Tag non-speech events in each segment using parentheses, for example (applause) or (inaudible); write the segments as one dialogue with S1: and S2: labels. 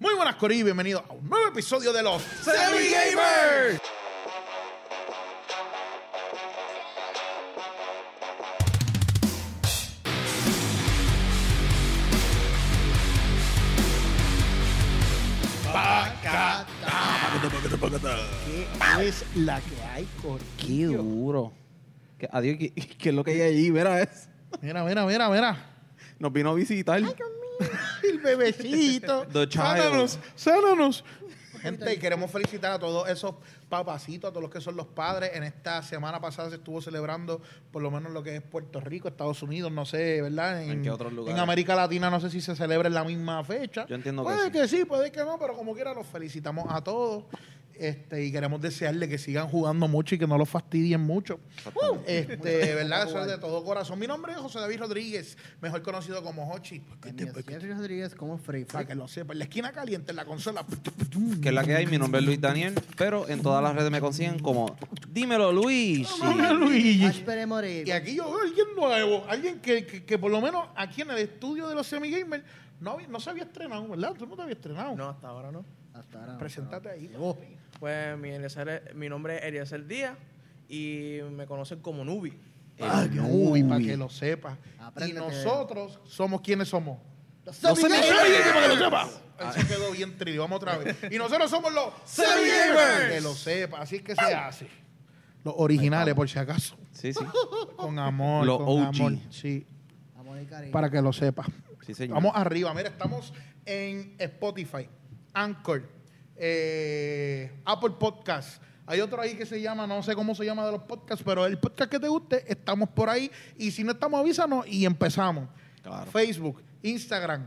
S1: Muy buenas, Cori, y bienvenidos a un nuevo episodio de los
S2: Semi Gamers.
S3: ¿Qué es la que hay,
S2: Qué
S3: Corquillo?
S2: duro. Que- adiós, ¿qué, qué es lo que hay allí? Mira, es,
S1: Mira, mira, mira, mira.
S2: nos vino a visitar.
S3: El bebecito.
S2: The
S1: Sánanos,
S2: Child.
S1: sánanos. Gente, y queremos felicitar a todos esos papacitos, a todos los que son los padres. En esta semana pasada se estuvo celebrando por lo menos lo que es Puerto Rico, Estados Unidos, no sé, ¿verdad?
S2: ¿En qué otros lugares?
S1: En América Latina no sé si se celebra en la misma fecha.
S2: Yo entiendo que
S1: puede
S2: sí.
S1: que sí. puede que no, pero como quiera los felicitamos a todos. Este, y queremos desearle que sigan jugando mucho y que no los fastidien mucho. Este, ¿verdad? Eso es de todo corazón. Mi nombre es José David Rodríguez, mejor conocido como Hochi.
S3: Daniel Rodríguez como Frey
S1: Para que lo sepa, en la esquina caliente, en la consola.
S2: Que es la que hay. Mi nombre es Luis Daniel, pero en todas las redes me consiguen como Dímelo (laughs) Luis.
S1: Luigi.
S3: Aspere Morir.
S1: Y aquí yo veo a alguien nuevo, alguien que, que, que por lo menos aquí en el estudio de los semigamers no, había- no se había estrenado, ¿verdad? Tú no te habías estrenado.
S4: No, hasta ahora no.
S3: Hasta ahora.
S1: Preséntate ahí. papi.
S4: Pues mi, Eliezer es- mi nombre es Eliezer Díaz y me conocen como Nubi.
S1: Ah, qué uy, para que lo sepas. Y
S3: Apréndete.
S1: nosotros somos quienes somos.
S3: Los
S2: No se me
S3: Semigamers.
S2: olvide.
S1: para que lo sepas. Eso quedó bien trillo, vamos otra vez. Y nosotros somos los semigamers. Para que lo sepa, así es que se hace. Los originales, por si acaso.
S2: Sí, sí.
S1: Con amor,
S2: Los
S1: con
S2: OG.
S1: amor. Sí.
S3: Amor y cariño.
S1: para que lo sepa.
S2: Sí, señor.
S1: Vamos arriba, mira, estamos en Spotify, Anchor, eh, Apple Podcast. Hay otro ahí que se llama, no sé cómo se llama de los podcasts, pero el podcast que te guste, estamos por ahí. Y si no estamos, avísanos y empezamos.
S2: Claro.
S1: Facebook, Instagram,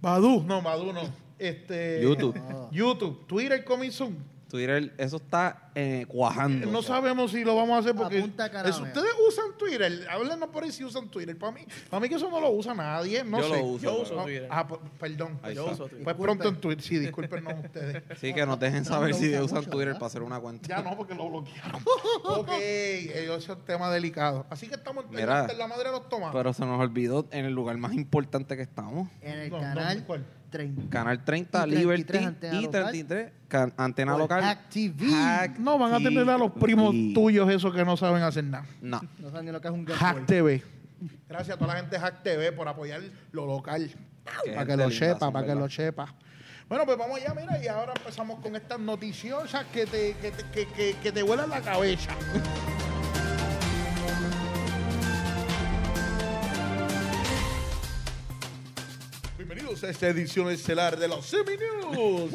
S1: Badu, no, Badu no. Este,
S2: YouTube.
S1: YouTube, Twitter coming soon.
S2: Twitter, eso está eh, cuajando.
S1: No sabemos si lo vamos a hacer porque
S3: Apunta, caramelo.
S1: eso- ustedes usan Twitter, háblenos por ahí si usan Twitter. Para mí, para mí que eso no lo usa nadie, no
S2: Yo
S1: sé.
S2: lo uso.
S4: Yo
S2: pero-
S4: uso Twitter.
S1: Ah, p- perdón.
S2: Ahí
S4: Yo
S2: está.
S4: uso
S1: Pues
S4: Twitter.
S1: pronto en Twitter, sí, discúlpenos ustedes.
S2: Sí, que nos dejen
S3: Trump
S2: saber
S3: lo
S2: si
S3: usa
S2: usan
S3: mucho,
S2: Twitter
S3: ¿verdad?
S2: para hacer una cuenta.
S1: Ya no, porque lo bloquearon. ok, eso es un tema delicado. Así que estamos en
S2: Mira.
S1: en la madre de los tomates.
S2: Pero se nos olvidó en el lugar más importante que estamos.
S3: En el
S1: No, no,
S3: canal
S1: ¿cuál?
S3: 30.
S2: Canal 30,
S3: Y
S2: Liberty
S3: 33 Antena
S2: y
S3: Local.
S2: 33 can- Antena
S3: Por
S2: Local.
S3: Hack TV.
S2: Hack
S1: no van a tener a los primos
S2: TV.
S1: tuyos esos que no saben hacer nada.
S2: No.
S3: No saben ni lo que es un Game
S1: Hack
S3: Boy.
S1: TV. Gracias a toda la gente de Hack TV por apoyar lo local. para
S2: gente
S1: que lo
S2: linda,
S1: sepa,
S2: son
S1: para que
S2: verdad.
S1: lo sepa. Bueno, pues vamos allá, mira, y ahora empezamos con estas noticiosas que te, que te, que, que- que te vuelan la cabeza. Bienvenidos a esta edición estelar de los Semi News.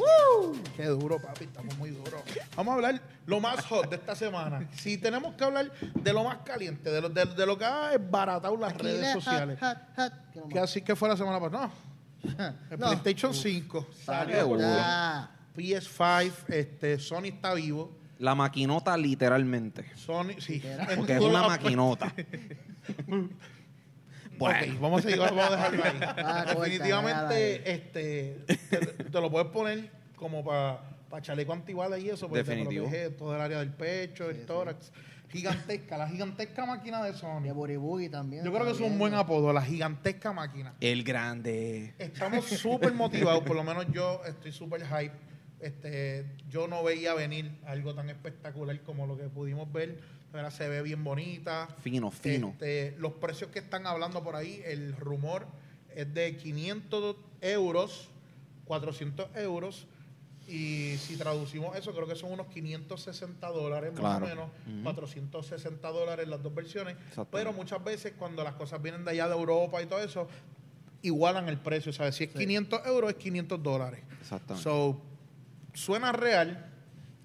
S1: Qué duro, papi, estamos muy duros. Vamos a hablar lo más hot de esta
S3: (laughs)
S1: semana. Si tenemos que hablar de lo más caliente, de lo, de, de lo que ha esbaratado las
S3: Aquí
S1: redes
S3: la
S1: sociales.
S3: hat, hat, hat. ¿Qué
S1: Que
S3: nomás?
S1: así que fue la semana pasada. No, el
S3: No.
S1: PlayStation 5 salió.
S2: Seguro.
S3: Ya.
S1: PS5, este, Sony está vivo.
S2: La
S1: (laughs)
S2: maquinota literalmente.
S1: Sony, sí.
S2: Porque es una
S1: pues.
S2: maquinota.
S1: Bueno, vamos a seguir, vamos a dejarlo ahí.
S3: Ah, corta, déjala ahí.
S1: Definitivamente, este, te, te lo puedes poner como para chaleco antibalas y eso, porque te
S2: Definitivo.
S1: protege todo el área del pecho, el tórax. Gigantesca, la gigantesca máquina de
S3: De
S1: Sony.
S3: Boogie Boogie también.
S1: Yo creo que es un buen apodo, la gigantesca máquina.
S2: El grande.
S1: Estamos súper motivados, por lo menos yo estoy súper hype. Este, yo no veía venir algo tan espectacular como lo que pudimos ver. Ahora se ve bien bonita.
S2: Fino, fino.
S1: Este, los precios que están hablando por ahí, el rumor es de 500 euros, 400 euros. Y si traducimos eso, creo que son unos 560 dólares,
S2: Claro.
S1: más o menos,
S2: Ujú.
S1: 460 dólares las dos versiones.
S2: Exacto.
S1: Pero muchas veces cuando las cosas vienen de allá de Europa y todo eso, igualan el precio. ¿sabes? Si es 500 euros, es 500 dólares.
S2: Exactamente.
S1: So, suena real.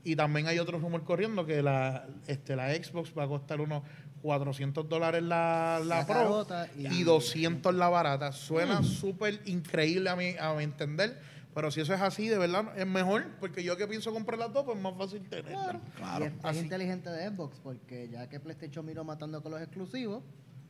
S1: Y también hay otro rumor corriendo que la, este, la Xbox va a costar unos 400 dólares la, la
S3: La
S1: Pro
S3: carota
S1: y,
S3: y-
S1: 200 la barata. Suena
S2: Mm.
S1: súper increíble a mi, a mi entender. Pero si eso es así, de verdad, es mejor. Porque yo que pienso comprar las dos, pues es más fácil tenerlas.
S2: Claro.
S3: Y es, es
S1: Así-
S3: inteligente de Xbox porque ya que PlayStation vino matando con los exclusivos,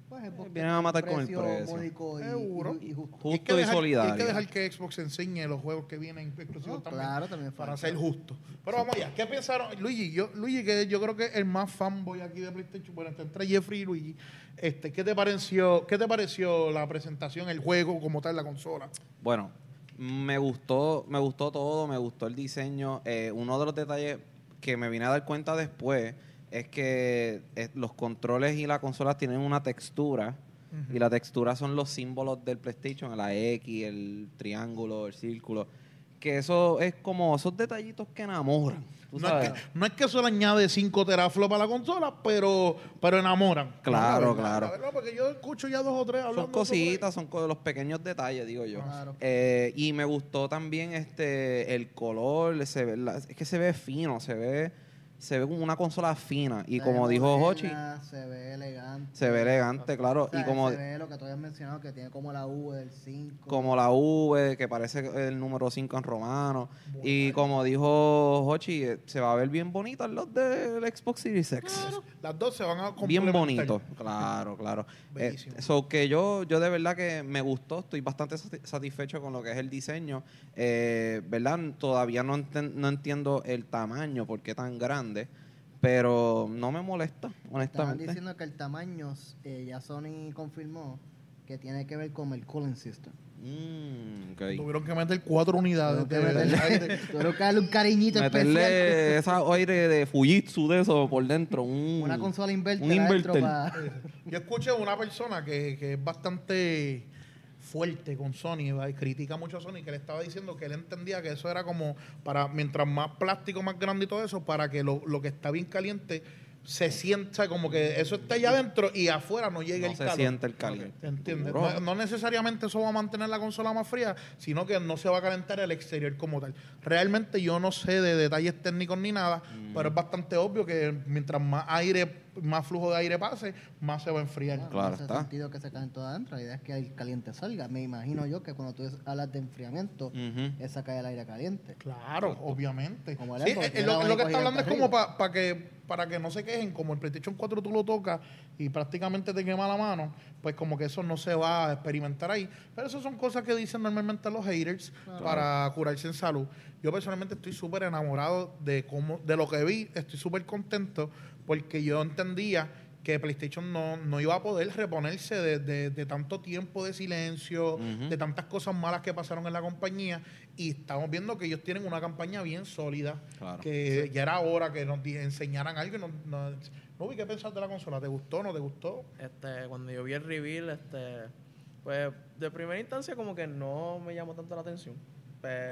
S3: pues Xbox
S2: vienen a matar
S3: tiene un
S2: con el precio.
S3: módico y,
S1: Seguro. Pues
S3: y- y justo.
S1: Y hay que
S2: Justo y
S1: dejar-
S2: solidario.
S1: Hay que dejar que Xbox enseñe los juegos que vienen exclusivos
S3: No,
S1: también.
S3: claro, también
S1: para
S3: falta.
S1: ser justo. Pero vamos allá. ¿Qué pensaron? Luigi, yo, Luigi, que yo creo que es el más fanboy aquí de PlayStation. Bueno, está entre Jeffrey y Luigi. Este, ¿qué te pareció, qué te pareció la presentación, el juego como tal, la consola?
S2: Bueno, me gustó, me gustó todo, me gustó el diseño. Eh, uno de los detalles que me vine a dar cuenta después es que eh, los controles y las consolas tienen una textura. Y la textura son los símbolos del PlayStation, la X, el triángulo, el círculo. Que eso es como esos detallitos que enamoran. tú
S1: No es,
S2: sabes.
S1: que, no es que eso le añade 5 teraflops a la consola, pero, pero enamoran.
S2: Claro,
S1: La verdad,
S2: claro.
S1: la verdad, porque yo escucho ya dos o tres hablando.
S2: Son cositas, son co- los pequeños detalles, digo yo.
S3: Claro.
S2: Eh, y me gustó también este el color, se ve la- es que se ve fino, se ve se ve como una consola fina y
S3: Se
S2: como
S3: ve
S2: dijo Hochi,
S3: moderna, Se ve elegante.
S2: se ve elegante, claro,
S3: O sea,
S2: y como
S3: Se ve lo que tú habías mencionado, que tiene como la U del 5.
S2: como la V que parece el número 5 en romano y como dijo Hochi, eh, se va a ver bien bonita en los del Xbox Series X.
S1: Las dos se van a
S2: Bien
S1: complementar.
S2: bonito, claro, claro.
S1: Bellísimo.
S2: Eh, so que yo, yo de verdad que me gustó, estoy bastante sati- satisfecho con lo que es el diseño. Eh, ¿Verdad? Todavía no, enten- no entiendo el tamaño, por qué tan grande, pero no me molesta,
S3: Estaban
S2: honestamente.
S3: diciendo que el tamaño, eh, ya Sony confirmó que tiene que ver con el cooling system.
S2: Mm, ok.
S1: Tuvieron que meter cuatro unidades.
S3: Tuvieron que
S1: de-
S3: meterle, tuvieron que darle un cariñito especial.
S2: Meterle esa aire de Fujitsu de eso por dentro. Un,
S3: (laughs) Una consola inverter.
S2: un inverter.
S3: adentro pa-
S1: Yo escuché a una persona que, que es bastante fuerte con Sony, va, y critica mucho a Sony, que le estaba diciendo que él entendía que eso era como para, mientras más plástico, más grande y todo eso, para que lo, lo que está bien caliente se sienta como que eso está allá adentro y afuera no llegue
S2: No
S1: el
S2: se
S1: calor.
S2: siente el calor.
S1: Ok, ¿Entiendes?
S2: Duro.
S1: No, no necesariamente eso va a mantener la consola más fría, sino que no se va a calentar el exterior como tal. Realmente yo no sé de detalles técnicos ni nada, pero es bastante obvio que mientras más aire, más flujo de aire pase, más se va a enfriar.
S3: Claro,
S2: Claro
S3: no hace
S2: está.
S3: sentido que se calentó adentro. La idea es que el caliente salga. Me imagino yo que cuando tú hablas de enfriamiento,
S2: Ujú.
S3: es sacar el aire caliente.
S1: Claro, obviamente.
S3: Como el
S1: Sí,
S3: Xbox,
S1: eh,
S3: tiene
S1: lo, lo
S3: la
S1: que
S3: abanico
S1: está hablando es
S3: gigante
S1: como pa- pa que, para que no se quejen, como el PlayStation 4 tú lo tocas y prácticamente te quema la mano, pues como que eso no se va a experimentar ahí. Pero eso son cosas que dicen normalmente los haters para curarse en salud. Yo personalmente estoy súper enamorado de, cómo, de lo que vi, estoy súper contento porque yo entendía que PlayStation no, no iba a poder reponerse de, de- de tanto tiempo de silencio,
S2: Ujú.
S1: de tantas cosas malas que pasaron en la compañía y estamos viendo que ellos tienen una campaña bien sólida,
S2: Claro.
S1: que ya era hora que nos di- enseñaran algo y nos, nos- no vi qué pensar de la consola, ¿te gustó no te gustó?
S4: Este, cuando yo vi el reveal, este, pues de primera instancia como que no me llamó tanto la atención.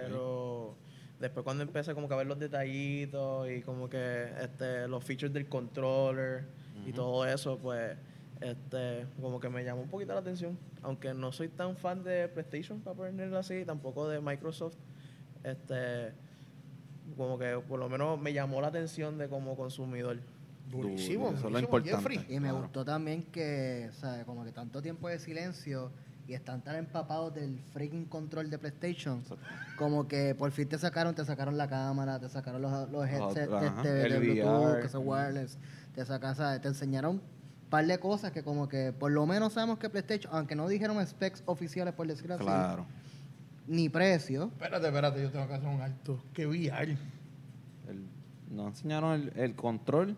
S4: Pero después cuando empecé como que a ver los detallitos y como que este, los features del controller y todo eso, pues este, como que me llamó un poquito la atención. Aunque no soy tan fan de PlayStation, para ponerlo así, tampoco de Microsoft. Este, como que por lo menos me llamó la atención de como consumidor.
S1: Durísimo,
S2: eso es lo
S1: durísimo,
S2: importante.
S1: Jeffrey.
S3: Y me
S2: Claro.
S3: gustó también que, o sea, como que tanto tiempo de silencio y están tan empapados del freaking control de PlayStation, como que por fin te sacaron, te sacaron la cámara, te sacaron los, los headsets
S2: Otra,
S3: de,
S2: ajá.
S3: este-
S2: El
S3: de Bluetooth,
S2: VR.
S3: que son wireless, te sacan, ¿sabes? te enseñaron un par de cosas que como que por lo menos sabemos que PlayStation, aunque no dijeron specs oficiales por decirlo
S2: Claro.
S3: así, ni precio,
S1: Espérate, espérate, yo tengo que hacer un alto. Qué VR.
S2: El- nos enseñaron el, el control.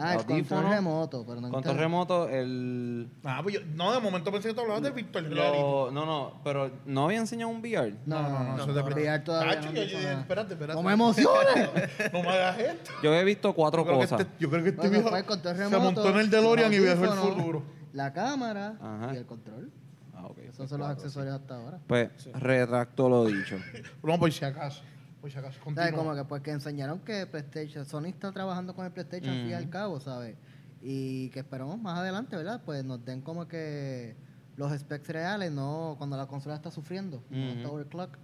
S3: ah, el control
S2: audífono,
S3: remoto, pero no
S2: Control
S3: entiendo.
S2: remoto, el
S1: Ah, pues yo, no, de momento pensé que tú hablabas del Virtual Reality.
S2: Lo- no, no, pero no había enseñado un VR.
S3: No, no, no,
S1: no,
S3: no,
S1: eso es de
S3: VR
S1: Play-
S3: todavía
S1: Tacho,
S3: no
S1: yo
S3: han dicho
S1: dije,
S3: nada.
S1: espérate, espérate.
S3: ¡No me emociones!
S1: (laughs) no me hagas esto.
S2: Yo he visto cuatro
S1: Yo creo, que
S2: cosas.
S1: este, yo creo que este
S3: Bueno,
S1: viejo
S3: fue el control
S1: se
S3: remoto,
S1: montó en el DeLorean y
S3: los
S1: viajó el
S3: audífonos,
S1: futuro.
S3: La cámara
S2: Ajá.
S3: y el control.
S2: Ah, ok,
S3: Esos
S2: pues
S3: son los
S2: cuatro,
S3: accesorios hasta ahora.
S2: sí. Pues retracto lo dicho.
S1: No, por si acaso. Por si acaso.
S3: ¿Sabes?
S1: Continúa.
S3: Como que pues que enseñaron que PlayStation, Sony está trabajando con el PlayStation al fin y
S2: Ujú.
S3: al cabo, ¿sabes? Y que esperamos más adelante, ¿verdad? Pues nos den como que los specs reales, no cuando la consola está sufriendo, no
S2: Ujú.
S3: está overclock.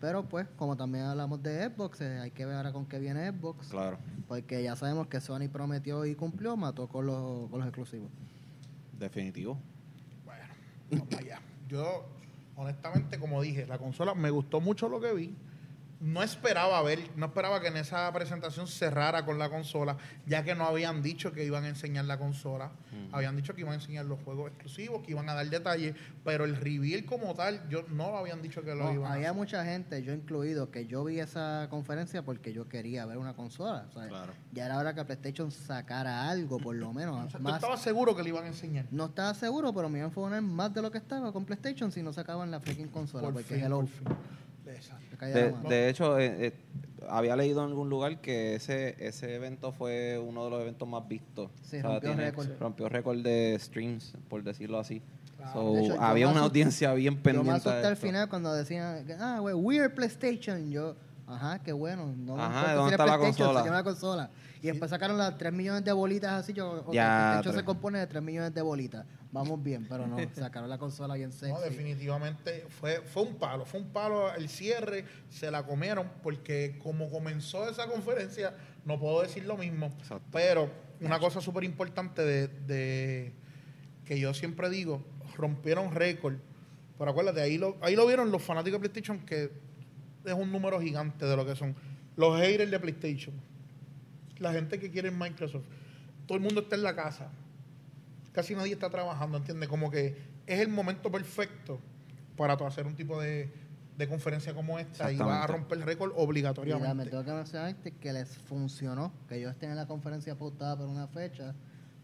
S3: Pero pues, como también hablamos de Xbox, eh, hay que ver ahora con qué viene Xbox.
S2: Claro,
S3: Porque ya sabemos que Sony prometió y cumplió, mató con los, con los exclusivos.
S2: definitivo.
S1: Vamos allá. Yo, honestamente, como dije, la consola me gustó mucho lo que vi. no esperaba ver, no esperaba que en esa presentación cerrara con la consola, ya que no habían dicho que iban a enseñar la consola, habían dicho que iban a enseñar los juegos exclusivos, que iban a dar detalles, pero el reveal como tal, yo no lo habían dicho que lo
S3: No,
S1: iban a
S3: había
S1: hacer.
S3: mucha gente, yo incluido, que yo vi esa conferencia porque yo quería ver una consola. ¿sabes?
S2: Claro.
S3: Ya era hora que PlayStation sacara algo, por lo
S1: O
S3: menos.
S1: (laughs) sea, tú
S3: más-
S1: estabas seguro que le iban a enseñar.
S3: No estaba seguro, pero me iban a poner más de lo que estaba con PlayStation si no sacaban la freaking consola.
S1: Por
S3: porque
S1: fin,
S3: hello,
S1: por fin. Exacto.
S3: me calla
S2: De,
S3: la mano.
S2: de hecho, eh, eh, había leído en algún lugar que ese, ese evento fue uno de los eventos más vistos.
S3: Sí, rompió récord.
S2: rompió récord de streams, por decirlo así.
S1: Claro.
S2: So,
S3: De hecho, yo
S2: había
S3: me
S2: una
S3: asus-
S2: audiencia bien
S3: yo
S2: pendiente.
S3: me
S2: a
S3: asusté al
S2: esto.
S3: final cuando decían, ah, we- we're PlayStation. Yo, ajá, qué bueno. No me
S2: Ajá,
S3: importa
S2: ¿dónde
S3: si
S2: está
S3: eres
S2: la
S3: PlayStation,
S2: consola?
S3: se llama la consola. Y después sacaron las 3 millones de bolitas así. Yo, ok,
S2: Ya,
S3: PlayStation
S2: tres.
S3: se compone de 3 millones de bolitas. Vamos bien,
S2: (laughs)
S3: pero no, sacaron la consola bien sexy.
S1: No, definitivamente fue, fue un palo, fue un palo el cierre, se la comieron, porque como comenzó esa conferencia, no puedo decir lo mismo.
S2: Exacto.
S1: Pero una cosa súper importante de, de- que yo siempre digo, rompieron récord. Pero acuérdate, ahí lo, ahí lo vieron los fanáticos de PlayStation, que es un número gigante de lo que son. Los haters de PlayStation, la gente que quiere Microsoft, todo el mundo está en la casa casi nadie está trabajando, ¿entiendes? Como que es el momento perfecto para tú hacer un tipo de, de conferencia como esta y va a
S2: Exactamente.
S1: romper el récord
S3: Mira, me
S1: obligatoriamente.
S3: tengo que mencionarte que les funcionó, que yo esté en la conferencia apostada por una fecha,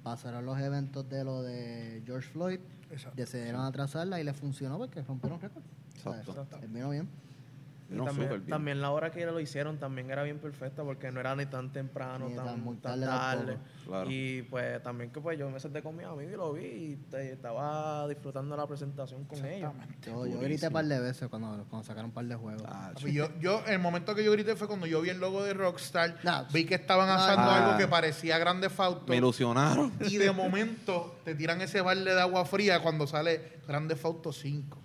S3: pasaron los eventos de lo de George Floyd,
S1: Exacto.
S3: decidieron atrasarla y les funcionó porque rompieron récord.
S2: Exacto.
S3: O sea, Terminó bien.
S4: Y
S2: No, súper
S4: también,
S2: bien.
S4: también la hora que lo hicieron también era bien perfecta porque no era ni tan temprano,
S3: Ni
S4: tan,
S3: tan muy
S4: tan
S3: tarde
S4: tarde.
S3: tampoco.
S2: Claro.
S4: Y pues también que pues yo me senté con mis amigos y lo vi y te- estaba disfrutando la presentación con ellos.
S3: Yo, yo grité
S2: Durísimo.
S3: un par de veces cuando, cuando sacaron un par de juegos.
S2: Ah,
S1: Papi, Yo, yo, el momento que yo grité fue cuando yo vi el logo de Rockstar,
S3: No.
S1: vi que estaban
S3: No,
S1: haciendo
S2: no.
S1: algo
S2: Ah.
S1: que parecía grande Fauto.
S2: me ilusionaron.
S1: Y de momento te tiran ese balde de agua fría cuando sale Grande Fauto 5.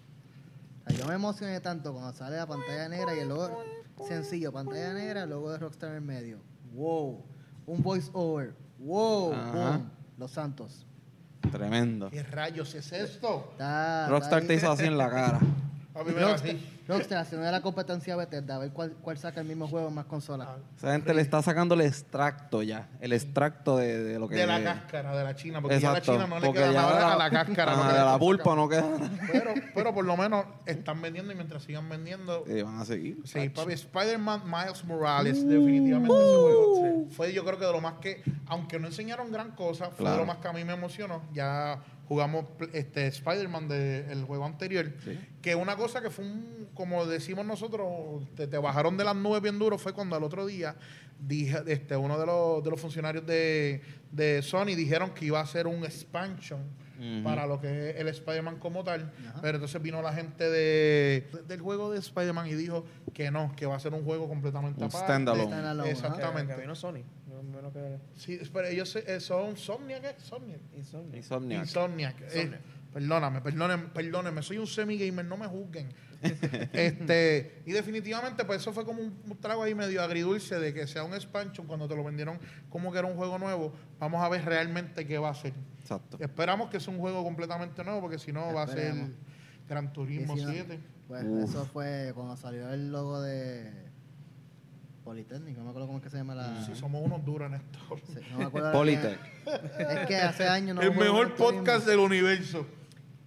S3: O sea, yo me emocioné tanto cuando sale la pantalla negra y el logo sencillo, pantalla negra, logo de Rockstar en el medio. Wow. Un voice over. Wow.
S2: Ajá.
S3: Boom. Los Santos.
S2: Tremendo.
S1: ¿Qué rayos es esto?
S3: Está- está
S2: Rockstar
S3: ahí.
S2: te hizo así en la cara.
S1: Papi, mira,
S3: Rockstar,
S1: así.
S3: Rockstar haciendo la competencia a Bethesda, a ver cuál, cuál saca el mismo juego en más consolas.
S1: Ah,
S2: Esa gente le está sacando el extracto ya. El extracto de, de lo que.
S1: De la cáscara, de la China, porque
S2: Exacto.
S1: ya la China no le
S2: porque
S1: queda
S2: ya
S1: nada
S2: la-
S1: a la
S2: (laughs)
S1: cáscara. no le
S2: Ajá, de
S1: queda
S2: la
S1: nada.
S2: pulpa no queda nada.
S1: Pero, pero por lo menos están vendiendo y mientras sigan vendiendo.
S2: Eh, van a seguir.
S1: Sí,
S2: Ach. Uh,
S1: papi, Spider-Man Miles Morales, definitivamente ese juego. sí, Fue yo creo que de lo más que, aunque no enseñaron gran cosa, fue de
S2: Claro.
S1: lo más que a mí me emocionó. Ya jugamos pl- este Spider-Man del juego anterior,
S2: Sí.
S1: que una cosa que fue un, como decimos nosotros, te, te bajaron de las nubes bien duro, fue cuando al otro día dije, este, uno de los, de los funcionarios de, de Sony dijeron que iba a ser un expansion
S2: Ujú.
S1: para lo que es el Spider-Man como tal.
S3: Ajá.
S1: Pero entonces vino la gente de, del juego de Spider-Man y dijo que no, que va a ser un juego completamente
S2: Un
S1: aparte.
S2: standalone.
S3: Standalone, ajá.
S4: Que-
S1: Exactamente.
S4: Que vino Sony. no- menos que
S1: Sí, pero ellos eh, son Somniac, ¿eh? Somniac.
S4: Insomniac.
S2: Insomniac.
S1: Insomniac. eh,
S4: Somniac.
S1: perdóname, perdónenme, perdónenme, soy un semi-gamer, no me (laughs) juzguen. este, y definitivamente, pues eso fue como un, un trago ahí medio agridulce de que sea un expansion cuando te lo vendieron como que era un juego nuevo. Vamos a ver realmente qué va a ser.
S2: Exacto.
S1: Esperamos que sea un juego completamente nuevo, porque si no va a ser
S3: Esperemos.
S1: Gran Turismo
S3: Y si no-
S1: 7.
S3: Pues
S2: Uf.
S3: eso fue cuando salió el logo de Politécnico, no me acuerdo cómo es que se llama la.
S1: Si somos unos duros en esto.
S3: se- No me acuerdo ahora
S2: Politec.
S3: bien. Es que hace años no
S1: El
S3: juego
S1: mejor
S3: mucho turismo.
S1: podcast del universo.